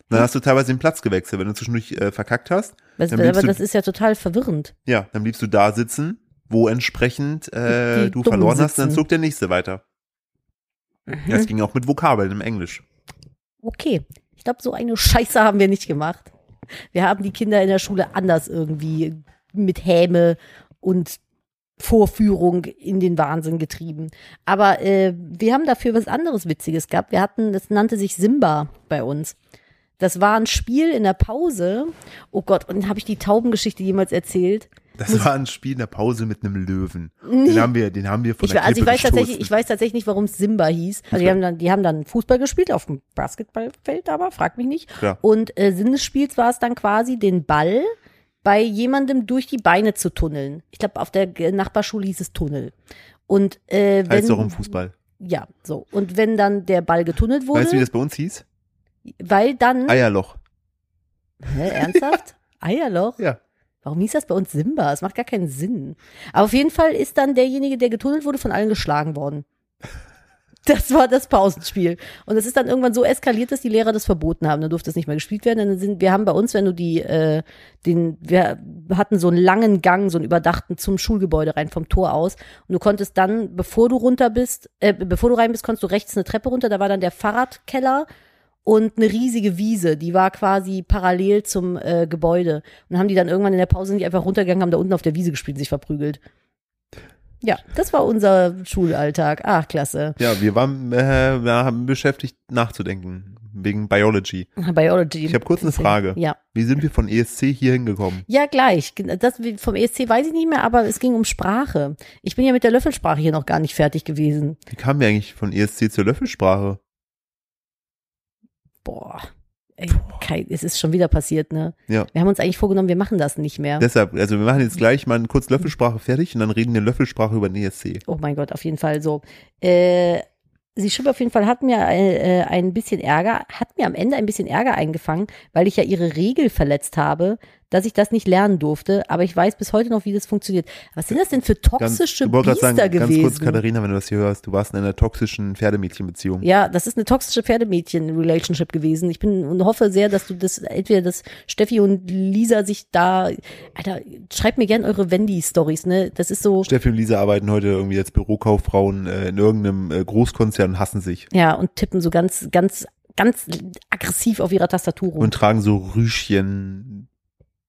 S2: Hm.
S1: Dann hast du teilweise den Platz gewechselt. Wenn du zwischendurch äh, verkackt hast,
S2: Was,
S1: Dann bliebst
S2: aber
S1: du-
S2: das ist ja total verwirrend.
S1: ja, dann bliebst du da sitzen, wo entsprechend äh,
S2: Die
S1: du
S2: Dummen
S1: verloren hast, dann
S2: sitzen. Mhm.
S1: zog der nächste weiter. Das ging auch mit Vokabeln im Englisch.
S2: Okay. Ich glaube, so eine Scheiße haben wir nicht gemacht. Wir haben die Kinder in der Schule anders irgendwie mit Häme und Vorführung in den Wahnsinn getrieben. Aber äh, wir haben dafür was anderes Witziges gehabt. Wir hatten, das nannte sich Simba bei uns. Das war ein Spiel in der Pause. Oh Gott, und habe ich die Taubengeschichte jemals erzählt?
S1: Das war ein Spiel in der Pause mit einem Löwen. Den haben wir, den haben wir von
S2: Ich,
S1: der
S2: we-
S1: Klippe
S2: also ich weiß,
S1: gestoßen.
S2: tatsächlich, ich weiß tatsächlich nicht, warum es Simba hieß. Also die haben, dann, die haben dann Fußball gespielt auf dem Basketballfeld, aber frag mich nicht.
S1: Ja.
S2: Und äh, Sinn des Spiels war es dann quasi, den Ball bei jemandem durch die Beine zu tunneln. Ich glaube, auf der G- Nachbarschule hieß es Tunnel. Und äh, wenn
S1: Heißt doch im Fußball.
S2: ja, so. Und wenn dann der Ball getunnelt wurde,
S1: Weißt du, wie das bei uns hieß?
S2: Hm? weil dann
S1: Eierloch.
S2: Hä, ernsthaft Eierloch.
S1: Ja.
S2: Warum hieß das bei uns Simba? Das macht gar keinen Sinn. Aber auf jeden Fall ist dann derjenige, der getunnelt wurde, von allen geschlagen worden. Das war das Pausenspiel. Und es ist dann irgendwann so eskaliert, dass die Lehrer das verboten haben. Dann durfte es nicht mehr gespielt werden. Dann sind, wir haben bei uns, wenn du die, äh, den, wir hatten so einen langen Gang, so einen überdachten zum Schulgebäude rein vom Tor aus. Und du konntest dann, bevor du runter bist, äh, bevor du rein bist, konntest du rechts eine Treppe runter. Da war dann der Fahrradkeller und eine riesige Wiese, die war quasi parallel zum äh, Gebäude. Und dann haben die dann irgendwann in der Pause nicht einfach runtergegangen, haben da unten auf der Wiese gespielt und sich verprügelt. Ja, das war unser Schulalltag. Ach, klasse.
S1: Ja, wir waren äh, wir haben beschäftigt nachzudenken wegen Biology.
S2: Biology.
S1: Ich habe kurz eine Frage.
S2: Ja.
S1: Wie sind wir von ESC hier hingekommen?
S2: Ja, gleich. Das vom ESC weiß ich nicht mehr, aber es ging um Sprache. Ich bin ja mit der Löffelsprache hier noch gar nicht fertig gewesen.
S1: Wie kamen wir eigentlich von ESC zur Löffelsprache?
S2: Boah. Ey, Kai, es ist schon wieder passiert, ne?
S1: Ja.
S2: Wir haben uns eigentlich vorgenommen, wir machen das nicht mehr.
S1: Deshalb, also wir machen jetzt gleich mal kurz Löffelsprache fertig und dann reden wir Löffelsprache über den E ESC.
S2: Oh mein Gott, auf jeden Fall so. Äh, sie schrieb auf jeden Fall, hat mir äh, äh, ein bisschen Ärger, hat mir am Ende ein bisschen Ärger eingefangen, weil ich ja ihre Regel verletzt habe, dass ich das nicht lernen durfte. Aber ich weiß bis heute noch, wie das funktioniert. Was sind das denn für toxische
S1: ich wollte gerade
S2: Biester
S1: sagen,
S2: gewesen?
S1: ganz kurz, Katharina, wenn du das hier hörst, du warst in einer toxischen Pferdemädchenbeziehung.
S2: Ja, das ist eine toxische Pferdemädchen-Relationship gewesen. Ich bin und hoffe sehr, dass du das, entweder dass Steffi und Lisa sich da, Alter, schreibt mir gern eure Wendy-Stories, ne? Das ist so,
S1: Steffi und Lisa arbeiten heute irgendwie als Bürokauffrauen äh, in irgendeinem äh, Großkonzern und hassen sich
S2: ja, und tippen so ganz, ganz, ganz aggressiv auf ihrer Tastatur rum.
S1: und tragen so Rüschen,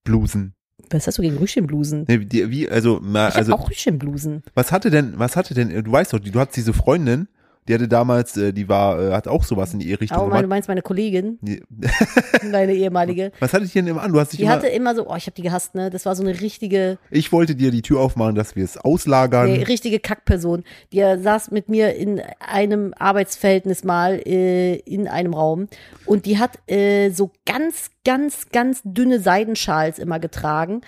S1: Blusen.
S2: Was hast du gegen Rüschenblusen?
S1: Nee, die, wie, also, na,
S2: Ich hab
S1: also
S2: auch Rüschenblusen.
S1: Was hatte denn, was hatte denn, du weißt doch, die- du hattest diese Freundin, die hatte damals, äh, die war, äh, hat auch sowas in die Richtung
S2: Oh, mein, du
S1: gemacht.
S2: meinst meine Kollegin,
S1: Die-
S2: meine ehemalige.
S1: Was hatte ich denn immer an? Du hast dich
S2: Die
S1: immer,
S2: hatte immer so, oh, ich habe die gehasst, ne? Das war so eine richtige,
S1: ich wollte dir die Tür aufmachen, dass wir es auslagern.
S2: eine richtige Kackperson. Die saß mit mir in einem Arbeitsverhältnis mal äh, in einem Raum und die hat äh, so ganz, ganz, ganz dünne Seidenschals immer getragen.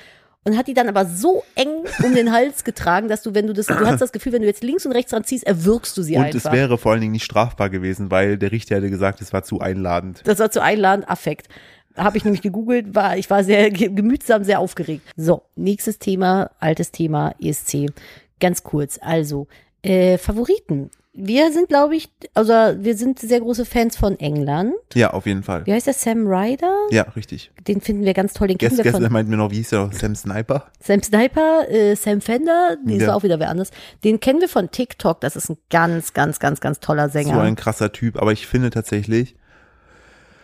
S2: Und hat die dann aber so eng um den Hals getragen, dass du, wenn du das, du hast das Gefühl, wenn du jetzt links und rechts dran ziehst, erwürgst du sie
S1: und es
S2: einfach.
S1: wäre vor allen Dingen nicht strafbar gewesen, weil der Richter hätte gesagt, es war zu einladend.
S2: Das war zu einladend Affekt. Habe ich nämlich gegoogelt, war, ich war sehr ge- gemütsam, sehr aufgeregt. So, nächstes Thema, altes Thema, ESC. Ganz kurz, also, äh, Favoriten. Wir sind, glaube ich, also wir sind sehr große Fans von England.
S1: Ja, auf jeden Fall.
S2: Wie heißt der Sam Ryder?
S1: Ja, richtig.
S2: Den finden wir ganz toll, den kennen
S1: Gest,
S2: wir von
S1: gestern meinten wir noch, wie hieß der Sam Sniper?
S2: Sam Sniper, äh, Sam Fender, die ist
S1: Ja.
S2: auch wieder wer anders. Den kennen wir von TikTok, das ist ein ganz, ganz, ganz, ganz toller Sänger.
S1: So ein krasser Typ, aber ich finde tatsächlich,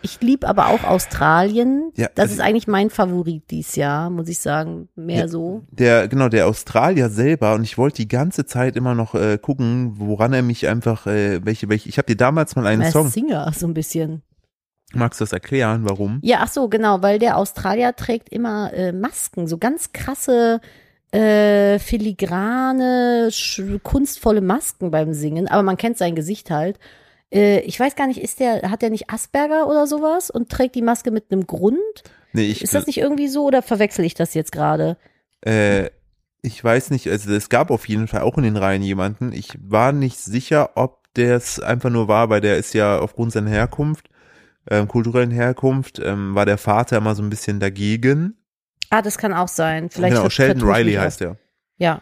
S2: Ich liebe aber auch Australien.
S1: Ja,
S2: das
S1: also-
S2: ist eigentlich mein Favorit dieses Jahr, muss ich sagen. Mehr so.
S1: der, genau, der Australier selber, und ich wollte die ganze Zeit immer noch äh, gucken, woran er mich einfach, äh, welche, welche, ich habe dir damals mal einen
S2: Masked
S1: Song,
S2: Singer, so ein bisschen.
S1: magst du das erklären, warum?
S2: Ja, ach so, genau, weil der Australier trägt immer äh, Masken, so ganz krasse, äh, filigrane, sch- kunstvolle Masken beim Singen, aber man kennt sein Gesicht halt. äh, ich weiß gar nicht, ist der, hat der nicht Asperger oder sowas und trägt die Maske mit einem Grund?
S1: Nee, ich,
S2: Ist das nicht irgendwie so oder verwechsel ich das jetzt gerade?
S1: Äh, ich weiß nicht, also es gab auf jeden Fall auch in den Reihen jemanden. Ich war nicht sicher, ob der es einfach nur war, weil der ist ja aufgrund seiner Herkunft, ähm, kulturellen Herkunft, ähm, war der Vater immer so ein bisschen dagegen.
S2: Ah, das kann auch sein. Vielleicht
S1: genau,
S2: ver-
S1: Sheldon
S2: vertue ich
S1: Riley
S2: mich auch.
S1: heißt er.
S2: Ja.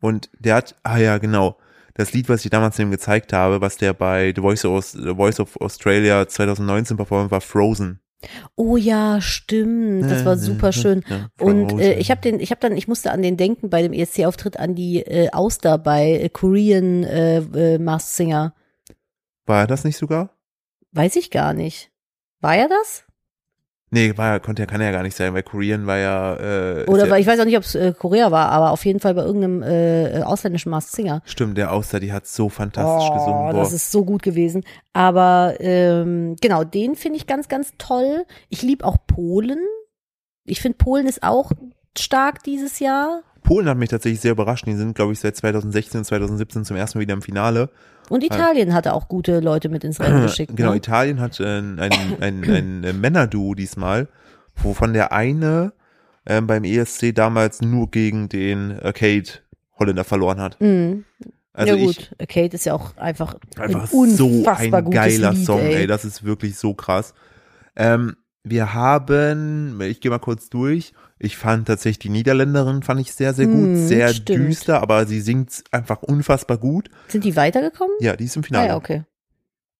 S1: Und der hat, ah ja, genau, das Lied, was ich damals dem gezeigt habe, was der bei The Voice of, The Voice of Australia 2019 performt, war Frozen. Mhm.
S2: Oh ja, stimmt. Das war super schön.
S1: Ja,
S2: Und äh,
S1: Frozen.
S2: ich habe den, ich habe dann, ich musste an den denken bei dem E ESC-Auftritt an die äh, Auster bei äh, Korean äh, äh, Masked Singer.
S1: War er das nicht sogar?
S2: Weiß ich gar nicht. War er das?
S1: Nee, war, ja- konnte ja, kann er ja gar nicht sein, weil Korean war ja. Äh,
S2: Oder
S1: ist ja,
S2: war, ich weiß auch nicht, ob es äh, Korea war, aber auf jeden Fall bei irgendeinem äh, äh, ausländischen Masked Singer.
S1: Stimmt, der Auster, die hat so fantastisch
S2: oh,
S1: gesungen. Boah.
S2: Das ist so gut gewesen. Aber ähm, genau, den finde ich ganz, ganz toll. Ich liebe auch Polen. Ich finde, Polen ist auch stark dieses Jahr.
S1: Polen hat mich tatsächlich sehr überrascht. Die sind, glaube ich, seit 2016 und 2017 zum ersten Mal wieder im Finale.
S2: Und Italien hatte auch gute Leute mit ins Rennen geschickt.
S1: genau,
S2: ne?
S1: Italien hat äh, ein, ein, ein, ein, äh, Männerduo diesmal, wovon der eine ähm, beim ESC damals nur gegen den äh, Kate Holländer verloren hat.
S2: Mhm.
S1: Also
S2: ja
S1: ich
S2: gut, Kate ist ja auch einfach,
S1: einfach
S2: ein
S1: so
S2: unfassbar
S1: ein
S2: gutes
S1: geiler
S2: Lied,
S1: Song,
S2: ey.
S1: ey. Das ist wirklich so krass. Ähm, wir haben, ich gehe mal kurz durch. Ich fand tatsächlich die Niederländerin fand ich sehr, sehr gut,
S2: Hm,
S1: sehr
S2: stimmt.
S1: düster, aber sie singt einfach unfassbar gut.
S2: Sind die weitergekommen?
S1: Ja, die ist im
S2: Ah
S1: Finale.
S2: ja, okay.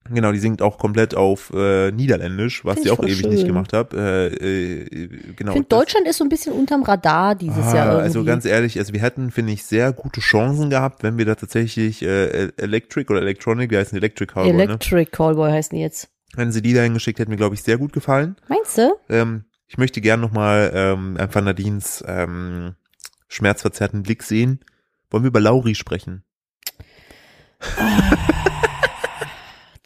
S1: Genau, die singt auch komplett auf äh, Niederländisch, was
S2: Find
S1: sie
S2: ich
S1: auch
S2: voll
S1: ewig nicht
S2: schön.
S1: gemacht hat. Äh, äh, genau.
S2: ich finde,
S1: das-
S2: Deutschland ist so ein bisschen unterm Radar dieses Jahr irgendwie.
S1: Also ganz ehrlich, also wir hätten, finde ich, sehr gute Chancen gehabt, wenn wir da tatsächlich äh, Electric oder Electronic, wie heißt denn Electric Cowboy, ne?
S2: Electric Callboy heißen die jetzt.
S1: Wenn sie die dahin geschickt hätten, mir, glaube ich, sehr gut gefallen.
S2: Meinst du?
S1: Ähm, ich möchte gern nochmal ähm, einfach Nadines ähm, schmerzverzerrten Blick sehen. Wollen wir über Lauri sprechen?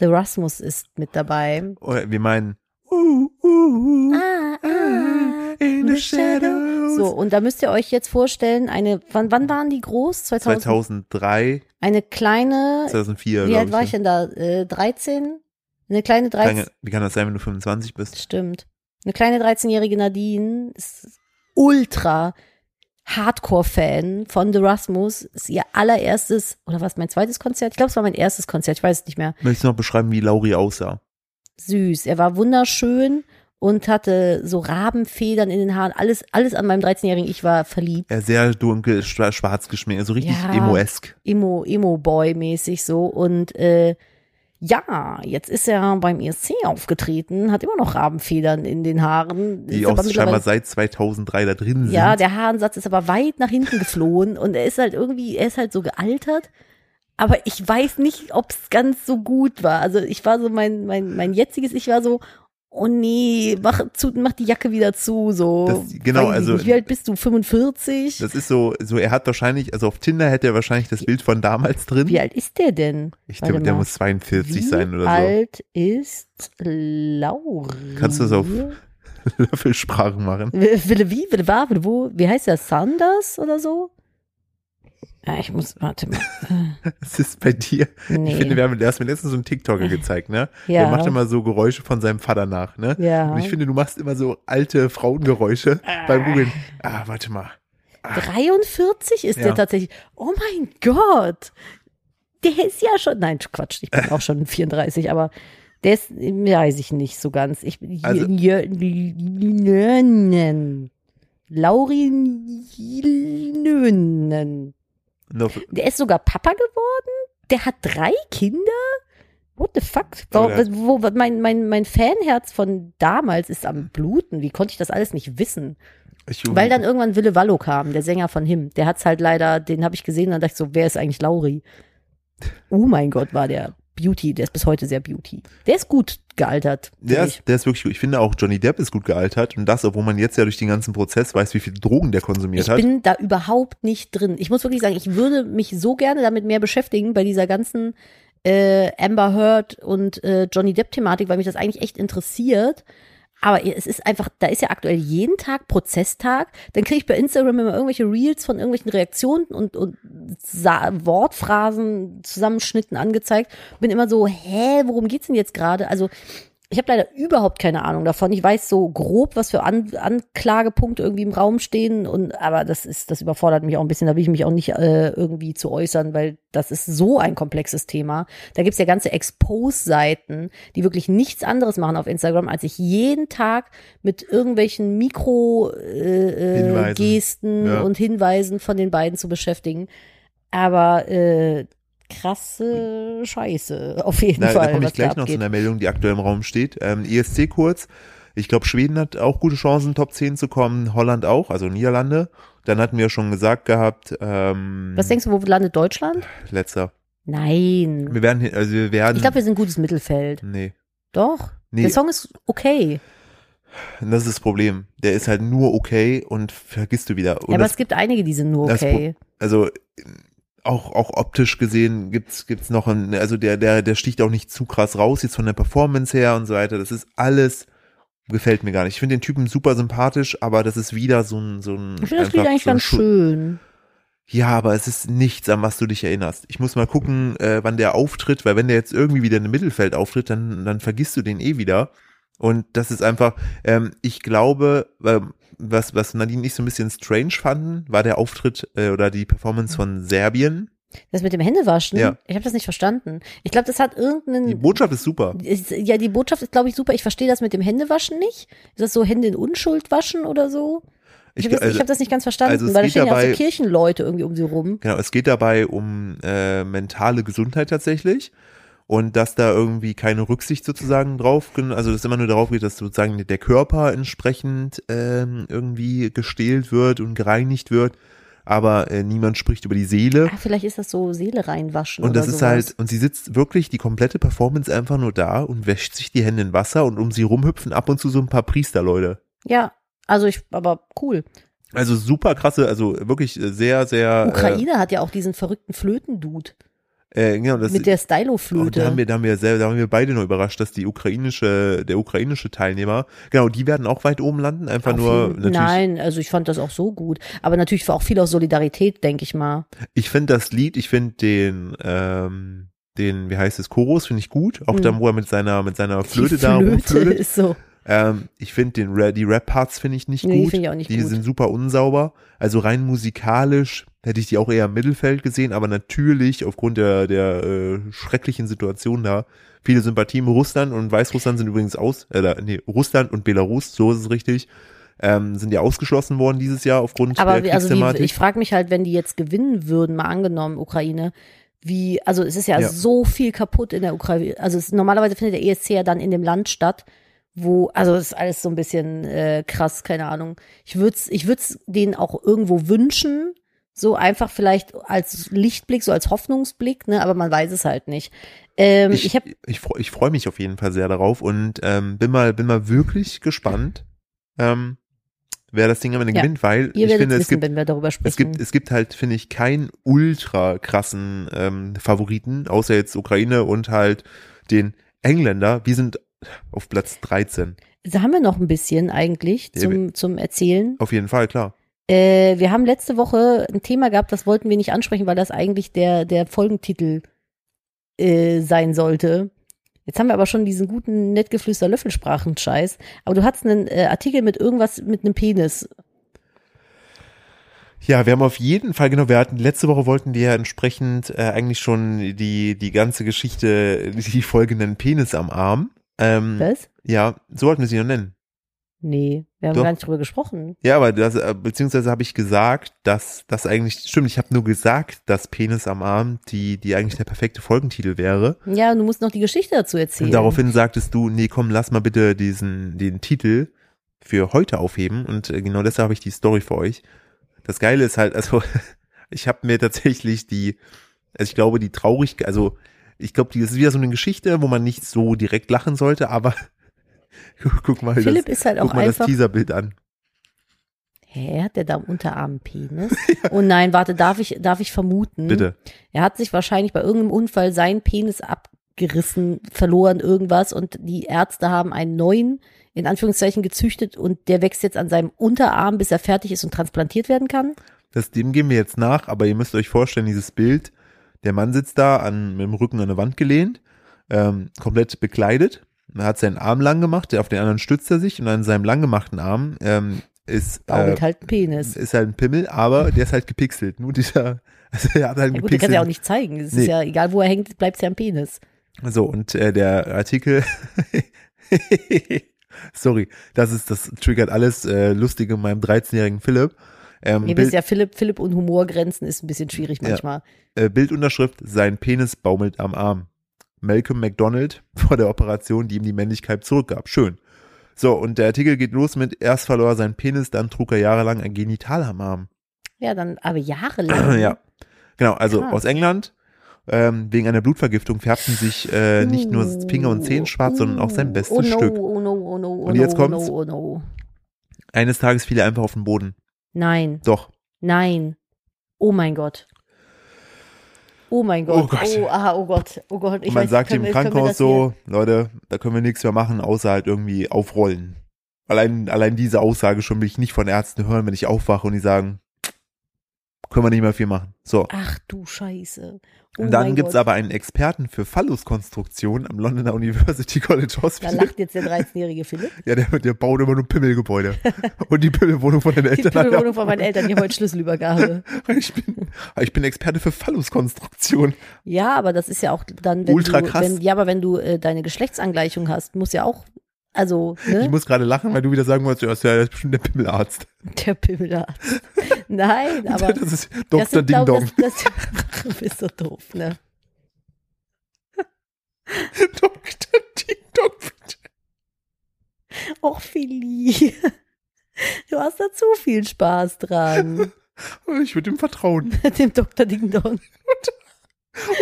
S2: The Rasmus ist mit dabei.
S1: Oder wir meinen, uh, uh, uh,
S2: Ah,
S1: ah, in the shadows.
S2: So, und da müsst ihr euch jetzt vorstellen, eine, wann, wann waren die groß? 2000?
S1: 2003,
S2: Eine kleine,
S1: 2004,
S2: wie
S1: glaub
S2: alt
S1: ich.
S2: war
S1: ne?
S2: ich denn da? Äh, 13? Eine kleine 13,
S1: Kleine, wie kann das sein, wenn du 25 bist?
S2: stimmt. Eine kleine 13-jährige Nadine ist ultra Hardcore-Fan von The Rasmus. Ist ihr allererstes, oder was, mein zweites Konzert? Ich glaube, es war mein erstes Konzert, ich weiß es nicht mehr.
S1: Möchtest du noch beschreiben, wie Lauri aussah?
S2: süß. Er war wunderschön und hatte so Rabenfedern in den Haaren. Alles, alles an meinem 13-jährigen Ich war verliebt.
S1: Er sehr dunkel, schwa- schwarz geschminkt, also richtig
S2: Ja.
S1: emo-esk.
S2: Emo, Emo-Boy-mäßig so. Und äh, ja, jetzt ist er beim ESC aufgetreten, hat immer noch Rabenfedern in den Haaren.
S1: Die
S2: Ist
S1: auch
S2: aber
S1: scheinbar
S2: mittlerweile-
S1: seit 2003 da drin sind.
S2: ja, der Haarensatz ist aber weit nach hinten geflohen und er ist halt irgendwie, er ist halt so gealtert. Aber ich weiß nicht, ob es ganz so gut war. Also ich war so, mein, mein, mein jetziges, ich war so, oh nee, mach, zu, mach die Jacke wieder zu, so.
S1: Das- genau,
S2: ich
S1: also-
S2: Nicht. Wie alt bist du? 45?
S1: Das ist so, so, er hat wahrscheinlich, also auf Tinder hätte er wahrscheinlich das Bild von damals drin.
S2: Wie alt ist der denn?
S1: Ich
S2: Warte
S1: denke, der
S2: mal.
S1: muss 42
S2: Wie
S1: sein oder
S2: alt ist Lauri?
S1: Kannst du das auf- so. Löffelsprachen machen.
S2: Wille wie, Wille war, Wille wo? Wie heißt der? Sanders oder so? Ja, ich muss, warte mal.
S1: Das ist bei dir.
S2: Nee.
S1: Ich finde, wir haben, du hast mir letztens so einen TikToker gezeigt, ne?
S2: Ja.
S1: Der macht immer so Geräusche von seinem Vater nach, ne?
S2: Ja.
S1: Und ich finde, du machst immer so alte Frauengeräusche beim Googeln. Ah, warte mal.
S2: 43 ist
S1: ah. Ja.
S2: der tatsächlich. Oh mein Gott. Der ist ja schon, nein, Quatsch, ich bin auch schon 34, aber der ist, weiß ich nicht so ganz. Ich bin
S1: Also-
S2: Jönnen. Laurin Jönnen.
S1: Noch,
S2: Der ist sogar Papa geworden? Der hat drei Kinder? What the fuck? Warum,
S1: Oder-
S2: wo, wo, mein, mein, mein Fanherz von damals ist am Bluten. Wie konnte ich das alles nicht wissen?
S1: ich,
S2: Weil dann irgendwann Wille Wallo kam, der Sänger von Him. Der hat's halt leider, den habe ich gesehen und dann dachte ich so, wer ist eigentlich Lauri? Oh mein Gott, war der Beauty, der ist bis heute sehr Beauty. Der ist gut gealtert.
S1: Der
S2: finde ich.
S1: ist, der ist wirklich gut. Ich finde auch, Johnny Depp ist gut gealtert. Und das, obwohl man jetzt ja durch den ganzen Prozess weiß, wie viel Drogen der halt konsumiert
S2: Ich
S1: hat.
S2: bin da überhaupt nicht drin. Ich muss wirklich sagen, ich würde mich so gerne damit mehr beschäftigen bei dieser ganzen äh, Amber Heard und äh, Johnny Depp Thematik, weil mich das eigentlich echt interessiert. Aber es ist einfach, da ist ja aktuell jeden Tag Prozesstag. Dann kriege ich bei Instagram immer irgendwelche Reels von irgendwelchen Reaktionen und, und Sa Wortphrasen, Zusammenschnitten angezeigt. Bin immer so, hä, worum geht's denn jetzt gerade? Also ich habe leider überhaupt keine Ahnung davon. Ich weiß so grob, was für An Anklagepunkte irgendwie im Raum stehen und aber das ist, das überfordert mich auch ein bisschen. Da will ich mich auch nicht äh, irgendwie zu äußern, weil das ist so ein komplexes Thema. Da gibt's ja ganze Expose-Seiten, die wirklich nichts anderes machen auf Instagram, als sich jeden Tag mit irgendwelchen Mikro-Gesten äh,
S1: Hinweisen.
S2: Gesten
S1: Ja.
S2: und Hinweisen von den beiden zu beschäftigen. Aber äh, krasse Scheiße auf jeden
S1: Na, da
S2: Fall.
S1: komme ich
S2: was da
S1: gleich noch zu
S2: abgeht.
S1: einer Meldung, die aktuell im Raum steht. Ähm, ESC kurz. Ich glaube, Schweden hat auch gute Chancen, Top 10 zu kommen. Holland auch, also Niederlande. Dann hatten wir schon gesagt gehabt, ähm,
S2: Was denkst du, wo landet Deutschland?
S1: letzter.
S2: Nein.
S1: Wir werden, hin- also wir werden.
S2: Ich glaube, wir sind gutes Mittelfeld.
S1: nee,
S2: Doch.
S1: nee,
S2: Der Song ist okay.
S1: das ist das Problem. Der ist halt nur okay und vergisst du wieder. Und
S2: ja, aber
S1: das,
S2: es gibt einige, die sind nur
S1: das
S2: okay.
S1: also auch, auch optisch gesehen gibt's gibt's noch einen, also der der der sticht auch nicht zu krass raus jetzt von der Performance her und so weiter. Das ist alles gefällt mir gar nicht. Ich finde den Typen super sympathisch, aber das ist wieder so ein so ein
S2: Ich finde das
S1: einfach
S2: Lied eigentlich
S1: so ein
S2: ganz
S1: Schu-
S2: schön.
S1: Ja, aber es ist nichts, an was du dich erinnerst. Ich muss mal gucken, äh, wann der auftritt, weil wenn der jetzt irgendwie wieder im Mittelfeld auftritt, dann, dann vergisst du den eh wieder. Und das ist einfach, ähm, ich glaube, ähm, was, was Nadine nicht so ein bisschen strange fanden, war der Auftritt äh, oder die Performance von Serbien.
S2: Das mit dem Händewaschen,
S1: Ja.
S2: ich habe das nicht verstanden. Ich glaube, das hat
S1: Die
S2: irgendeinen.
S1: Botschaft ist super.
S2: ist, ja, die Botschaft ist, glaube ich, super. Ich verstehe das mit dem Händewaschen nicht. Ist das so Hände in Unschuld waschen oder so? Ich,
S1: Ich,
S2: hab das- ich
S1: also,
S2: habe das nicht ganz verstanden,
S1: also es
S2: weil da
S1: geht
S2: stehen ja auch so
S1: dabei-
S2: Kirchenleute irgendwie um sie rum.
S1: genau, es geht dabei um äh, mentale Gesundheit tatsächlich. Und dass da irgendwie keine Rücksicht sozusagen drauf, gen- also dass immer nur darauf geht, dass sozusagen der Körper entsprechend ähm, irgendwie gestählt wird und gereinigt wird, aber äh, niemand spricht über die Seele.
S2: Ah, vielleicht ist das so Seele reinwaschen.
S1: Äh. Und das
S2: oder
S1: ist
S2: sowas.
S1: halt, und sie sitzt wirklich die komplette Performance einfach nur da und wäscht sich die Hände in Wasser und um sie rumhüpfen ab und zu so ein paar Priesterleute.
S2: Ja, also ich, aber cool.
S1: Also super krasse, also wirklich äh, sehr, sehr.
S2: Ukraine hat ja auch diesen verrückten Flötendude
S1: Äh, äh, genau, das,
S2: mit der
S1: Oh, da
S2: Stylo-Flöte.
S1: haben wir, da haben wir selber, da haben wir beide nur überrascht, dass die ukrainische, der ukrainische Teilnehmer, genau, die werden auch weit oben landen, einfach
S2: Auf
S1: nur,
S2: jeden-
S1: natürlich,
S2: Nein, also ich fand das auch so gut. Aber natürlich war auch viel aus Solidarität, denke ich mal.
S1: ich finde das Lied, ich finde den, ähm, den, wie heißt es, Chorus, finde ich gut, auch
S2: Mhm.
S1: dann, wo er mit seiner, mit seiner Flöte,
S2: Die
S1: da rumflötet.
S2: ist so.
S1: Ähm, ich finde den, Ra- die Rap-Parts finde ich nicht
S2: Nee, die
S1: gut,
S2: finde ich auch nicht
S1: die
S2: gut.
S1: sind super unsauber, also rein musikalisch hätte ich die auch eher im Mittelfeld gesehen, aber natürlich aufgrund der, der äh, schrecklichen Situation da viele Sympathien. Russland und Weißrussland sind übrigens aus, äh, nee, Russland und Belarus, so ist es richtig, ähm, sind ja ausgeschlossen worden dieses Jahr aufgrund
S2: Aber
S1: der
S2: wie, also wie,
S1: Kriegsthematik.
S2: ich frage mich halt, wenn die jetzt gewinnen würden, mal angenommen, Ukraine, wie, also es ist ja,
S1: Ja.
S2: so viel kaputt in der Ukraine. Also es, normalerweise findet der ESC ja dann in dem Land statt, wo, also es ist alles so ein bisschen äh, krass, keine Ahnung. Ich würde es ich würd's denen auch irgendwo wünschen, so einfach vielleicht als Lichtblick, so als Hoffnungsblick, ne? aber man weiß es halt nicht. Ähm, ich
S1: ich,
S2: habe
S1: ich, freu- ich freue mich auf jeden Fall sehr darauf und ähm, bin mal bin mal wirklich gespannt, ähm, wer das Ding am Ende
S2: Ja.
S1: gewinnt, weil
S2: Ihr
S1: ich
S2: werdet
S1: finde,
S2: wissen,
S1: es gibt
S2: wenn wir darüber sprechen.
S1: Es gibt, es gibt halt, finde ich, keinen ultra krassen ähm, Favoriten, außer jetzt Ukraine und halt den Engländer. Wir sind auf Platz 13.
S2: da haben wir noch ein bisschen eigentlich
S1: Ja,
S2: zum, zum Erzählen.
S1: Auf jeden Fall, klar.
S2: Äh, wir haben letzte Woche ein Thema gehabt, das wollten wir nicht ansprechen, weil das eigentlich der, der Folgentitel äh, sein sollte. Jetzt haben wir aber schon diesen guten, nett geflüster Löffelsprachen-Scheiß. Aber du hattest einen äh, Artikel mit irgendwas, mit einem Penis.
S1: Ja, wir haben auf jeden Fall, genau, wir hatten, letzte Woche wollten wir ja entsprechend äh, eigentlich schon die, die ganze Geschichte, die folgenden Penis am Arm. Ähm,
S2: Was?
S1: ja, so wollten wir sie noch nennen.
S2: Nee, wir haben
S1: Doch.
S2: gar nicht drüber gesprochen.
S1: Ja, aber das, äh, beziehungsweise habe ich gesagt, dass das eigentlich, stimmt, ich habe nur gesagt, dass Penis am Arm, die, die eigentlich der perfekte Folgentitel wäre.
S2: Ja, und du musst noch die Geschichte dazu
S1: Und
S2: erzählen.
S1: daraufhin sagtest du, nee, komm, lass mal bitte diesen, den Titel für heute aufheben. Und äh, genau deshalb habe ich die Story für euch. Das Geile ist halt, also ich habe mir tatsächlich die, also ich glaube, die Traurigkeit, also ich glaube, die das ist wieder so eine Geschichte, wo man nicht so direkt lachen sollte, aber guck mal,
S2: Philipp
S1: das,
S2: ist halt auch
S1: guck mal das
S2: einfach.
S1: Teaserbild an.
S2: Hä, hat der da am Unterarm einen Penis? Oh nein, warte, darf ich, darf ich vermuten?
S1: Bitte.
S2: Er hat sich wahrscheinlich bei irgendeinem Unfall seinen Penis abgerissen, verloren, irgendwas und die Ärzte haben einen neuen in Anführungszeichen gezüchtet und der wächst jetzt an seinem Unterarm, bis er fertig ist und transplantiert werden kann.
S1: Das, dem gehen wir jetzt nach, aber ihr müsst euch vorstellen, dieses Bild, der Mann sitzt da an, mit dem Rücken an eine Wand gelehnt, ähm, komplett bekleidet. Er hat seinen Arm lang gemacht, auf den anderen stützt er sich und an seinem lang gemachten Arm ähm, ist, äh,
S2: Baumelt halt ein Penis.
S1: ist halt ein Pimmel, aber der ist halt gepixelt. Nur dieser, also er hat halt
S2: Ja
S1: einen
S2: gut, den kannst du ja auch
S1: gepixelten
S2: nicht zeigen. Es
S1: Nee.
S2: ist ja egal, wo er hängt, bleibt es ja am Penis.
S1: So, und äh, der Artikel. Sorry, das ist, das triggert alles äh, Lustige in meinem 13-jährigen Philipp. Ähm,
S2: Ihr
S1: Bild,
S2: wisst ja, Philipp, Philipp und Humorgrenzen ist ein bisschen schwierig
S1: Ja.
S2: manchmal.
S1: äh, Bildunterschrift, sein Penis baumelt am Arm. Malcolm McDonald vor der Operation, die ihm die Männlichkeit zurückgab. Schön. So, und der Artikel geht los mit, erst verlor er seinen Penis, dann trug er jahrelang ein Genital am Arm.
S2: Ja, dann, aber jahrelang.
S1: ja. Genau, also
S2: Krass.
S1: aus England. Ähm, wegen einer Blutvergiftung färbten sich äh, nicht nur
S2: Uh,
S1: Finger und Zehen schwarz, sondern auch sein
S2: uh,
S1: bestes
S2: oh no,
S1: Stück.
S2: Oh no, oh no, oh
S1: Und jetzt
S2: no, oh
S1: kommt's.
S2: no, oh no.
S1: Eines Tages fiel er einfach auf den Boden.
S2: Nein,
S1: Doch.
S2: nein. Oh mein Gott. Oh mein Gott.
S1: Oh Gott.
S2: ah, oh Gott, oh Gott. Ich
S1: und man
S2: weiß,
S1: sagt
S2: können
S1: ihm im
S2: wir- können wir
S1: Krankenhaus
S2: das hier-
S1: so, Leute, da können wir nichts mehr machen, außer halt irgendwie aufrollen. Allein, allein diese Aussage schon will ich nicht von Ärzten hören, wenn ich aufwache und die sagen, können wir nicht mehr viel machen. So.
S2: Ach du Scheiße. Oh
S1: Und dann
S2: mein
S1: gibt's
S2: Gott.
S1: aber einen Experten für Phalluskonstruktion am Londoner University College
S2: Da
S1: Hospital.
S2: lacht jetzt der 13-jährige Philipp.
S1: Ja, der, der baut immer nur Pimmelgebäude. und die Pimmelwohnung von den
S2: Die
S1: Eltern. hat er
S2: Wohnung von meinen Eltern, die haben heute Schlüsselübergabe.
S1: auch. ich, bin, ich bin Experte für Phalluskonstruktion.
S2: Ja, aber das ist ja auch dann, wenn
S1: Ultra
S2: du,
S1: krass.
S2: Wenn, ja, aber wenn du äh, deine Geschlechtsangleichung hast, muss ja auch, also,
S1: Ich
S2: ne,
S1: muss gerade lachen, weil du wieder sagen wolltest, ja, das ist ja das ist bestimmt der Pimmelarzt.
S2: der Pimmelarzt. Nein, aber
S1: das ist
S2: das
S1: Dr.
S2: sind,
S1: Ding
S2: glaub-
S1: Dong.
S2: Das, das, du bist so doof, ne?
S1: Dr. Ding Dong.
S2: Och, Fili. Du hast da zu viel Spaß dran.
S1: Ich würde ihm vertrauen.
S2: Dem Dr. Ding Dong.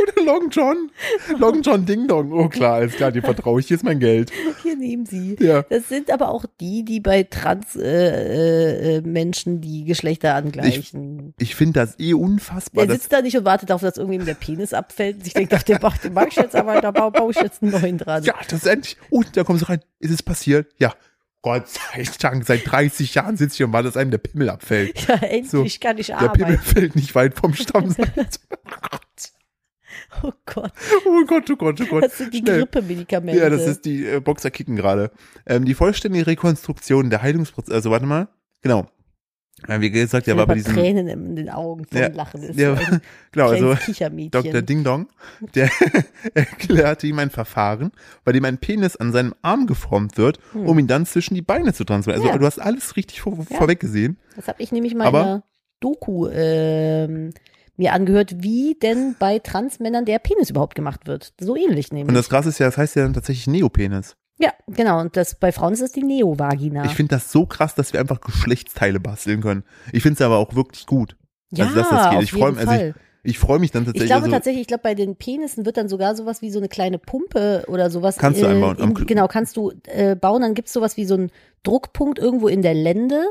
S1: Oder Long John. Long John Ding Dong. Oh klar, alles klar, dir vertraue ich. Hier ist mein Geld.
S2: Hier nehmen sie.
S1: Ja.
S2: Das sind aber auch die, die bei Trans-Menschen äh, äh, Menschen die Geschlechter angleichen.
S1: Ich finde das eh unfassbar.
S2: Er
S1: Dass,
S2: sitzt da nicht und wartet darauf, dass irgendwem der Penis abfällt. Ich denke, auf den mach, den mach ich jetzt aber, da baue, baue ich jetzt einen neuen dran.
S1: ja, das ist endlich. Und da kommst du rein. Ist es passiert? Ja. Gott sei Dank, seit 30 Jahren sitze ich und warte, dass einem der Pimmel abfällt.
S2: Ja, endlich kann ich
S1: Der Pimmel
S2: arbeiten.
S1: fällt nicht weit vom Stamm.
S2: Oh Gott,
S1: Oh Gott, oh Gott, oh Gott.
S2: das sind die
S1: Schnell.
S2: Grippemedikamente.
S1: Ja, das ist die äh, Boxer kicken gerade. Ähm, die vollständige Rekonstruktion der Heilungsprozess, also warte mal, genau. Äh, wie gesagt, der
S2: Ich
S1: war
S2: habe
S1: bei
S2: aber
S1: diesem,
S2: Tränen in den Augen von
S1: Ja,
S2: Lachen. Das ist
S1: ja,
S2: so ein
S1: genau,
S2: kleines
S1: also
S2: Kichermädchen.
S1: Dr. Ding Dong, der erklärte ihm ein Verfahren, bei dem ein Penis an seinem Arm geformt wird,
S2: Hm.
S1: um ihn dann zwischen die Beine zu transportieren. Also
S2: Ja.
S1: du hast alles richtig vor,
S2: Ja.
S1: vorweg gesehen.
S2: Das habe ich nämlich mal in
S1: Aber-
S2: einer Doku ähm, mir angehört, wie denn bei Transmännern der Penis überhaupt gemacht wird. So ähnlich nämlich.
S1: Und das Krasse ist ja, das heißt ja dann tatsächlich Neopenis.
S2: ja, genau. Und das bei Frauen ist das die Neovagina.
S1: Ich finde das so krass, dass wir einfach Geschlechtsteile basteln können. Ich finde es aber auch wirklich gut.
S2: ja,
S1: also, dass das geht.
S2: auf
S1: Ich freu-
S2: jeden
S1: also ich-
S2: Fall.
S1: Ich freue mich dann
S2: Ich
S1: tatsächlich.
S2: glaube
S1: also,
S2: tatsächlich, ich glaube, bei den Penissen wird dann sogar sowas wie so eine kleine Pumpe oder sowas.
S1: Kannst du einbauen, am
S2: In,
S1: Kl-
S2: genau, kannst du äh, bauen. Dann gibt's sowas wie so einen Druckpunkt irgendwo in der Lende.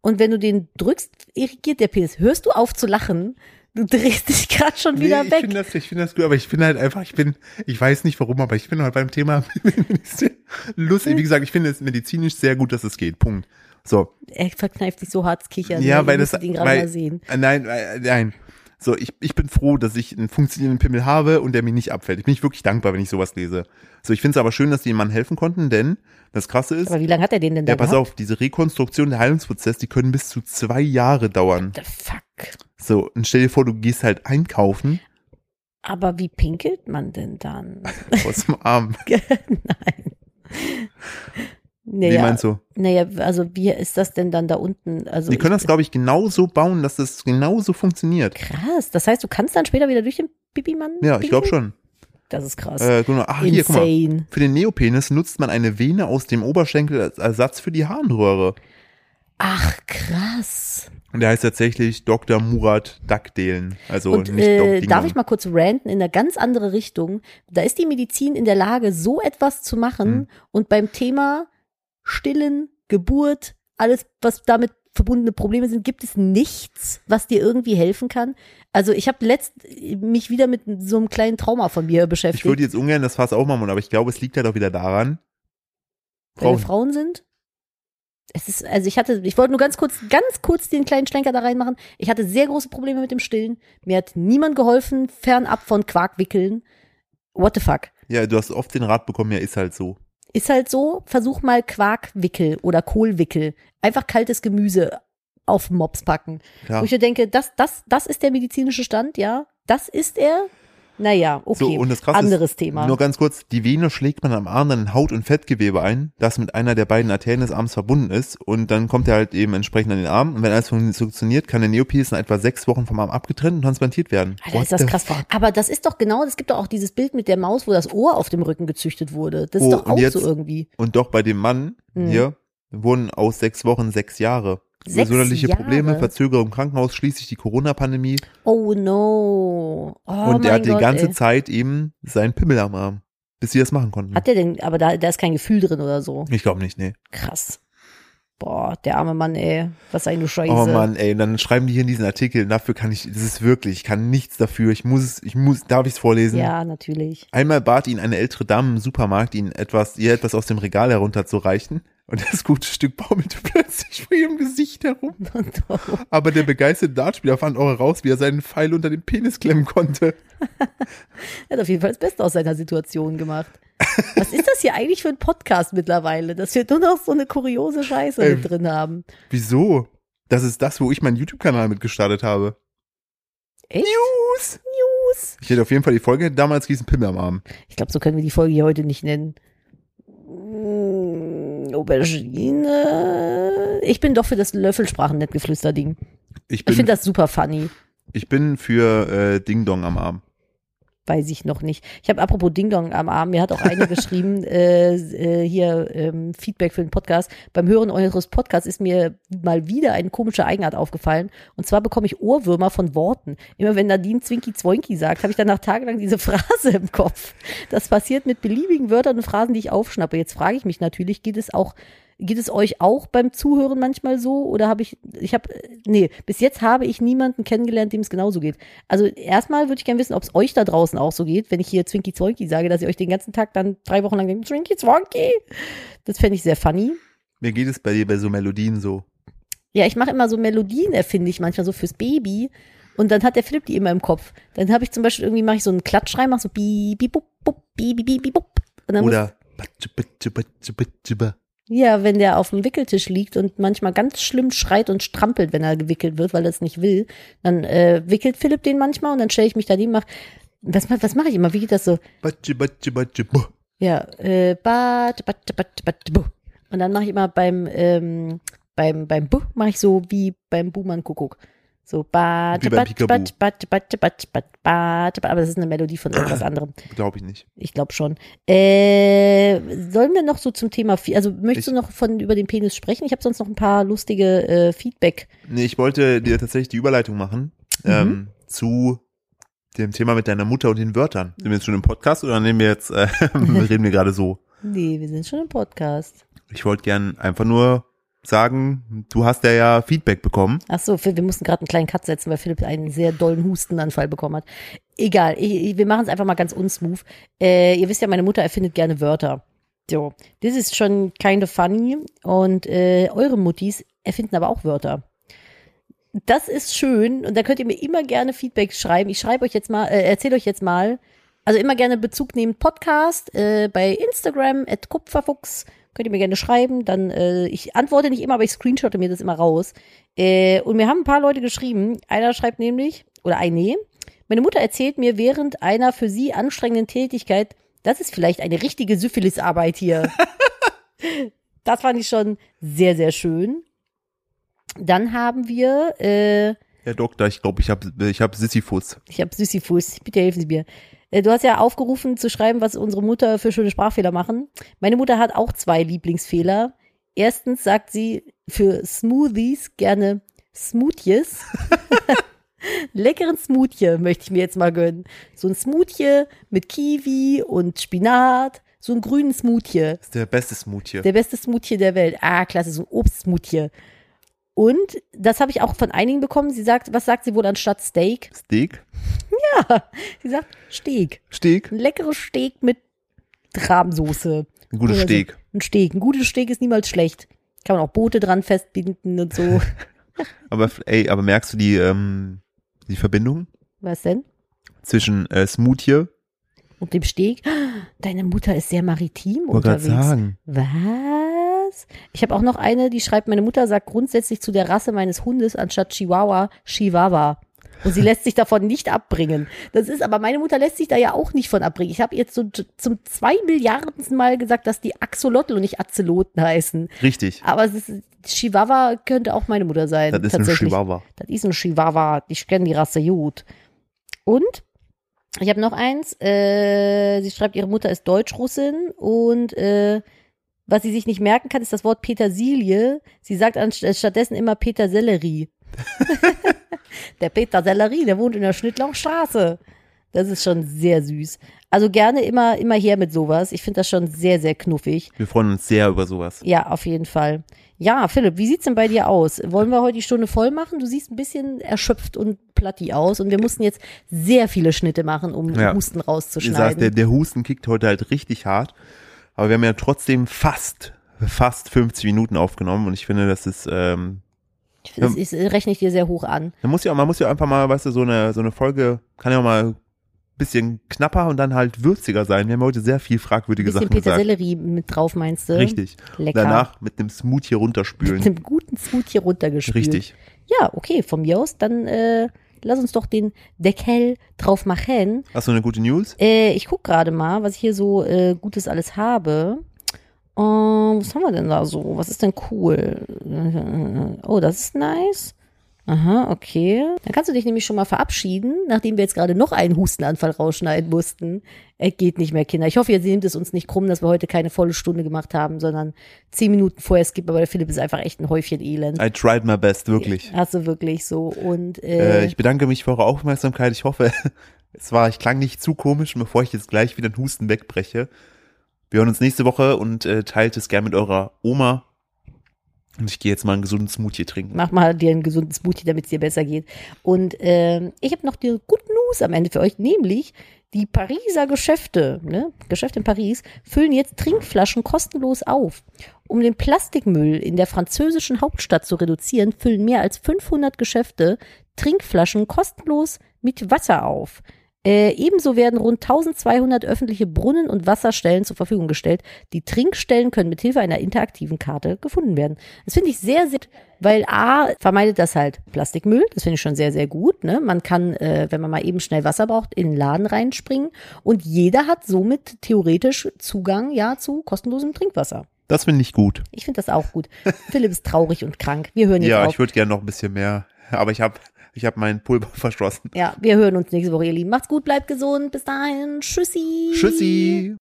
S2: Und wenn du den drückst, irrigiert der Penis. Hörst du auf zu lachen? Du drehst dich gerade schon wieder
S1: ich
S2: weg.
S1: finde das, ich finde das gut, aber ich bin halt einfach, ich bin, ich weiß nicht warum, aber ich bin halt beim Thema
S2: Hm.
S1: lustig. Wie gesagt, ich finde es medizinisch sehr gut, dass es geht. Punkt. So,
S2: Er verkneift sich so hart kichern.
S1: Ja,
S2: ne?
S1: weil
S2: Ihr
S1: das-
S2: müsstet ihn gerade
S1: weil-
S2: mal sehen.
S1: Äh, nein, äh, nein. So, ich, ich bin froh, dass ich einen funktionierenden Pimmel habe und der mir nicht abfällt. Ich bin wirklich dankbar, wenn ich sowas lese. So, ich finde es aber schön, dass die dem Mann helfen konnten, denn das Krasse ist,
S2: Aber wie lange hat er den denn da
S1: ja, pass
S2: gehabt?
S1: auf, diese Rekonstruktion, der Heilungsprozess, die können bis zu zwei Jahre dauern.
S2: The fuck.
S1: So, und stell dir vor, du gehst halt einkaufen
S2: Aber wie pinkelt man denn dann?
S1: aus dem Arm.
S2: Nein.
S1: Wie
S2: Naja,
S1: meinst du?
S2: naja, also wie ist das denn dann da unten? Also
S1: Die können
S2: ich,
S1: das, glaube ich, genauso bauen, dass das genauso funktioniert.
S2: krass. Das heißt, du kannst dann später wieder durch den Bibi-Mann?
S1: Ja, ich glaube
S2: pinkeln?
S1: schon.
S2: Das ist krass.
S1: Äh, genau. Ach, hier, guck mal.
S2: Insane.
S1: Für den Neopenis nutzt man eine Vene aus dem Oberschenkel als Ersatz für die Harnröhre.
S2: Ach, krass.
S1: Und der heißt tatsächlich Dr. Murat Dakdelen. Also
S2: Und
S1: nicht
S2: äh,
S1: Dr.
S2: darf ich mal kurz ranten in eine ganz andere Richtung? Da ist die Medizin in der Lage, so etwas zu machen
S1: Hm.
S2: und beim Thema Stillen, Geburt, alles, was damit verbundene Probleme sind, gibt es nichts, was dir irgendwie helfen kann. Also ich habe letzt mich wieder mit so einem kleinen Trauma von mir
S1: Ich würde
S2: beschäftigt.
S1: jetzt ungern das Fass aufmachen, aber ich glaube, es liegt halt auch wieder daran,
S2: Frauen.
S1: Frauen.
S2: Weil wir Frauen sind. Es ist, also ich hatte, ich wollte nur ganz kurz, ganz kurz den kleinen Schlenker da reinmachen. Ich hatte sehr große Probleme mit dem Stillen. Mir hat niemand geholfen, fernab von Quarkwickeln. What the fuck?
S1: Ja, du hast oft den Rat bekommen, ja, ist halt so.
S2: Ist halt so, versuch mal Quarkwickel oder Kohlwickel. Einfach kaltes Gemüse auf Mops packen.
S1: Klar.
S2: Wo Oh, ich mir denke, das, das, das ist der medizinische Stand, ja. Das ist er. Naja, okay.
S1: So, und das Krasse
S2: Anderes
S1: ist,
S2: Thema.
S1: Nur ganz kurz, die Vene schlägt man am Arm dann in Haut- und Fettgewebe ein, das mit einer der beiden Arterien des Arms verbunden ist und dann kommt er halt eben entsprechend an den Arm und wenn alles fun- funktioniert, kann der Neopis in etwa sechs Wochen vom Arm abgetrennt und transplantiert werden.
S2: Alter,
S1: What
S2: ist das
S1: the
S2: krass.
S1: fuck?
S2: Aber das ist doch genau, es gibt doch auch dieses Bild mit der Maus, wo das Ohr auf dem Rücken gezüchtet wurde. Das
S1: Oh,
S2: ist doch
S1: und
S2: auch
S1: jetzt-
S2: so irgendwie.
S1: Und doch bei dem Mann
S2: Mhm.
S1: hier wurden aus sechs Wochen sechs Jahre.
S2: Sechs
S1: Gesundheitliche Probleme,
S2: Jahre?
S1: Verzögerung im Krankenhaus, schließlich die Corona-Pandemie
S2: Oh no. Oh
S1: und
S2: mein
S1: er hat
S2: Gott,
S1: die ganze
S2: ey.
S1: Zeit eben seinen Pimmel am Arm, bis sie das machen konnten.
S2: Hat der denn, aber da, da ist kein Gefühl drin oder so.
S1: ich glaube nicht, nee.
S2: Krass. Boah, der arme Mann, ey. Was eine Scheiße.
S1: Oh Mann, ey, und dann schreiben die hier in diesen Artikel, dafür kann ich, das ist wirklich, ich kann nichts dafür, ich muss es, ich muss, darf ich es vorlesen?
S2: Ja, natürlich.
S1: Einmal bat ihn eine ältere Dame im Supermarkt, ihn etwas, ihr etwas aus dem Regal herunterzureichen und das gute Stück baumelte plötzlich vor ihrem Gesicht herum. Aber der begeisterte Dartspieler fand auch heraus, wie er seinen Pfeil unter den Penis klemmen konnte.
S2: Er hat auf jeden Fall das Beste aus seiner Situation gemacht. Was ist das hier eigentlich für ein Podcast mittlerweile, dass wir nur noch so eine kuriose Scheiße
S1: Ey.
S2: mit drin haben?
S1: Wieso? Das ist das, wo ich meinen YouTube-Kanal mitgestartet habe.
S2: Echt?
S1: News! News! Ich hätte auf jeden Fall die Folge, damals hieß ein Pimmel am Arm.
S2: Ich glaube, so können wir die Folge hier heute nicht nennen. Mm, Aubergine. Ich bin doch für das Löffelsprachen-Nettgeflüster-Ding.
S1: Ich
S2: Ich
S1: bin,
S2: finde das super funny.
S1: ich bin für äh, Ding Dong am Arm.
S2: Weiß ich noch nicht. Ich habe apropos Ding Dong am Arm, mir hat auch eine geschrieben, äh, äh, hier ähm, Feedback für den Podcast. Beim Hören eures Podcasts ist mir mal wieder eine komische Eigenart aufgefallen. Und zwar bekomme ich Ohrwürmer von Worten. Immer wenn Nadine Zwinki Zwoinki sagt, habe ich danach tagelang diese Phrase im Kopf. Das passiert mit beliebigen Wörtern und Phrasen, die ich aufschnappe. Jetzt frage ich mich natürlich, geht es auch Geht es euch auch beim Zuhören manchmal so? Oder habe ich, ich habe, nee, bis jetzt habe ich niemanden kennengelernt, dem es genauso geht. Also erstmal würde ich gerne wissen, ob es euch da draußen auch so geht, wenn ich hier Zwinki Zwonki sage, dass ihr euch den ganzen Tag dann drei Wochen lang denkt, Zwinki Zwonki. Das fände ich sehr funny.
S1: Mir geht es bei dir bei so Melodien so.
S2: Ja, ich mache immer so Melodien, erfinde ich manchmal so fürs Baby. Und dann hat der Philipp die immer im Kopf. Dann habe ich zum Beispiel irgendwie, mache ich so einen Klatschschrei, mache so bi, bi, bup, bup, bi, bi, bi, bi, bup. Und dann muss
S1: Oder batschubitschubitschubitschubba.
S2: Ja, wenn der auf dem Wickeltisch liegt und manchmal ganz schlimm schreit und strampelt, wenn er gewickelt wird, weil er es nicht will, dann äh, wickelt Philipp den manchmal und dann stelle ich mich daneben, mach, was, ma- was mache ich immer? Wie geht das so?
S1: Batschubitschubitschubba.
S2: Ja, äh, bat, bat, bat, bat, buh. Und dann mache ich immer beim, ähm, beim, beim Buh, mache ich so wie beim Buhmann Kuckuck. So, bat,
S1: Wie beim
S2: bat,
S1: Peekaboo.
S2: bat, bat, bat, bat, bat, bat, aber das ist eine Melodie von irgendwas anderem.
S1: Glaube ich nicht.
S2: Ich glaube schon. Äh, sollen wir noch so zum Thema, Fe- also möchtest
S1: Ich-
S2: du noch von über den Penis sprechen? Ich habe sonst noch ein paar lustige äh, Feedback.
S1: Nee, ich wollte dir tatsächlich die Überleitung machen ähm, zu dem Thema mit deiner Mutter und den Wörtern. Sind wir jetzt schon im Podcast oder nehmen wir jetzt, äh, reden wir gerade so?
S2: Nee, wir sind schon im Podcast.
S1: Ich wollte gern einfach nur sagen, du hast ja, ja Feedback bekommen.
S2: Ach so, Phil, wir mussten gerade einen kleinen Cut setzen, weil Philipp einen sehr dollen Hustenanfall bekommen hat. Egal, ich, ich, wir machen es einfach mal ganz unsmooth. Äh, ihr wisst ja, meine Mutter erfindet gerne Wörter. So, das ist schon kind of funny und äh, eure Muttis erfinden aber auch Wörter. Das ist schön und da könnt ihr mir immer gerne Feedback schreiben. Ich schreibe euch jetzt mal, äh, erzähle euch jetzt mal, also immer gerne Bezug nehmen Podcast äh, bei Instagram at kupferfuchs. Könnt ihr mir gerne schreiben, dann äh, ich antworte nicht immer, aber ich screenshotte mir das immer raus. Äh, und mir haben ein paar Leute geschrieben. Einer schreibt nämlich, oder eine, meine Mutter erzählt mir während einer für sie anstrengenden Tätigkeit, das ist vielleicht eine richtige Syphilisarbeit hier. das fand ich schon sehr, sehr schön. Dann haben wir, äh,
S1: Herr Doktor, ich glaube, ich habe ich hab Sisyphus.
S2: ich habe Sisyphus, bitte helfen Sie mir. Äh, Du hast ja aufgerufen zu schreiben, was unsere Mutter für schöne Sprachfehler machen. Meine Mutter hat auch zwei Lieblingsfehler. Erstens sagt sie für Smoothies gerne Smoothies. Leckeren Smoothie möchte ich mir jetzt mal gönnen. So ein Smoothie mit Kiwi und Spinat. So einen grünen Smoothie.
S1: Das ist der beste Smoothie.
S2: Der beste Smoothie der Welt. Ah, klasse, so ein Obstsmoothie. Und das habe ich auch von einigen bekommen. Sie sagt, was sagt sie wohl anstatt Steak?
S1: Steak?
S2: Sie sagt Steak.
S1: Steak?
S2: Ein leckeres Steak mit Rahmsoße.
S1: Ein guter
S2: Oder so.
S1: Steg.
S2: Ein Steg. Ein gutes Steg ist niemals schlecht. Kann man auch Boote dran festbinden und so.
S1: Aber f- ey, aber merkst du die, ähm, die Verbindung
S2: Was denn?
S1: zwischen äh, Smoothie?
S2: Und dem Steg. Deine Mutter ist sehr maritim
S1: Wollte gerade
S2: unterwegs.
S1: sagen.
S2: Was? Ich habe auch noch eine, die schreibt, meine Mutter sagt grundsätzlich zu der Rasse meines Hundes anstatt Chihuahua Chihuahua. Und sie lässt sich davon nicht abbringen. Das ist, aber meine Mutter lässt sich da ja auch nicht von abbringen. Ich habe ihr zu, zum zwei Milliardensten Mal gesagt, dass die Axolotl und nicht Azeloten heißen.
S1: Richtig.
S2: Aber es ist, Chihuahua könnte auch meine Mutter sein.
S1: Das ist ein
S2: tatsächlich.
S1: Chihuahua.
S2: Das ist ein Chihuahua. Ich kenne die Rasse gut. Und ich habe noch eins. Äh, sie schreibt, ihre Mutter ist Deutschrussin und äh, was sie sich nicht merken kann, ist das Wort Petersilie. Sie sagt anst stattdessen immer Petersellerie. der Petersellerie, der wohnt in der Schnittlauchstraße. Das ist schon sehr süß. Also gerne immer, immer her mit sowas. Ich finde das schon sehr, sehr knuffig.
S1: Wir freuen uns sehr über sowas.
S2: Ja, auf jeden Fall. Ja, Philipp, wie sieht's denn bei dir aus? Wollen wir heute die Stunde voll machen? Du siehst ein bisschen erschöpft und platti aus und wir mussten jetzt sehr viele Schnitte machen, um
S1: Ja.
S2: Husten
S1: Du sagst, der,
S2: rauszuschneiden.
S1: der Husten kickt heute halt richtig hart. Aber wir haben ja trotzdem fast, fast 50 Minuten aufgenommen und ich finde, das ist, ähm,
S2: Das ist, äh, rechne ich dir sehr hoch an.
S1: man muss ja, man muss ja einfach mal, weißt du, so eine, so eine Folge kann ja auch mal ein bisschen knapper und dann halt würziger sein. Wir haben heute sehr viel
S2: Ein
S1: fragwürdige
S2: bisschen
S1: Sachen gesagt.
S2: Petersellerie mit drauf, meinst du?
S1: Richtig.
S2: Lecker.
S1: Danach mit einem Smoothie runterspülen.
S2: Mit einem guten Smoothie runtergespült.
S1: Richtig.
S2: Ja, okay, von mir aus. Dann äh, lass uns doch den Deckel drauf machen.
S1: Hast du eine gute News?
S2: Äh, ich guck gerade mal, was ich hier so äh, Gutes alles habe. Ähm, was haben wir denn da so? Was ist denn cool? Oh, das ist nice. Aha, okay. Dann kannst du dich nämlich schon mal verabschieden, nachdem wir jetzt gerade noch einen Hustenanfall rausschneiden mussten. Es geht nicht mehr, Kinder. Ich hoffe, ihr nehmt es uns nicht krumm, dass wir heute keine volle Stunde gemacht haben, sondern zehn Minuten vorher skip, aber der Philipp ist einfach echt ein Häufchen Elend.
S1: I tried my best, wirklich.
S2: Hast du wirklich so. Und
S1: Äh,
S2: äh,
S1: ich bedanke mich für eure Aufmerksamkeit. Ich hoffe, es war, ich klang nicht zu komisch, und bevor ich jetzt gleich wieder den Husten wegbreche. Wir hören uns nächste Woche und äh, teilt es gern mit eurer Oma. Und ich gehe jetzt mal einen gesunden Smoothie trinken.
S2: mach mal dir einen gesunden Smoothie, damit es dir besser geht. Und ähm, ich habe noch die guten News am Ende für euch, nämlich die Pariser Geschäfte, ne? Geschäfte in Paris, füllen jetzt Trinkflaschen kostenlos auf. Um den Plastikmüll in der französischen Hauptstadt zu reduzieren, füllen mehr als 500 Geschäfte Trinkflaschen kostenlos mit Wasser auf. Äh, ebenso werden rund 1200 öffentliche Brunnen und Wasserstellen zur Verfügung gestellt. Die Trinkstellen können mithilfe einer interaktiven Karte gefunden werden. Das finde ich sehr, sehr, weil A, vermeidet das halt Plastikmüll. Das finde ich schon sehr, sehr gut. Ne? Man kann, äh, wenn man mal eben schnell Wasser braucht, in den Laden reinspringen. Und jeder hat somit theoretisch Zugang, ja, zu kostenlosem Trinkwasser.
S1: Das finde ich gut.
S2: Ich finde das auch gut. Philipp ist traurig und krank. Wir hören jetzt
S1: Ja,
S2: auf.
S1: ich würde gern noch ein bisschen mehr. Aber ich habe ich hab meinen Pulver verschlossen.
S2: Ja, wir hören uns nächste Woche, ihr Lieben. Macht's gut, bleibt gesund. Bis dahin. Tschüssi.
S1: Tschüssi!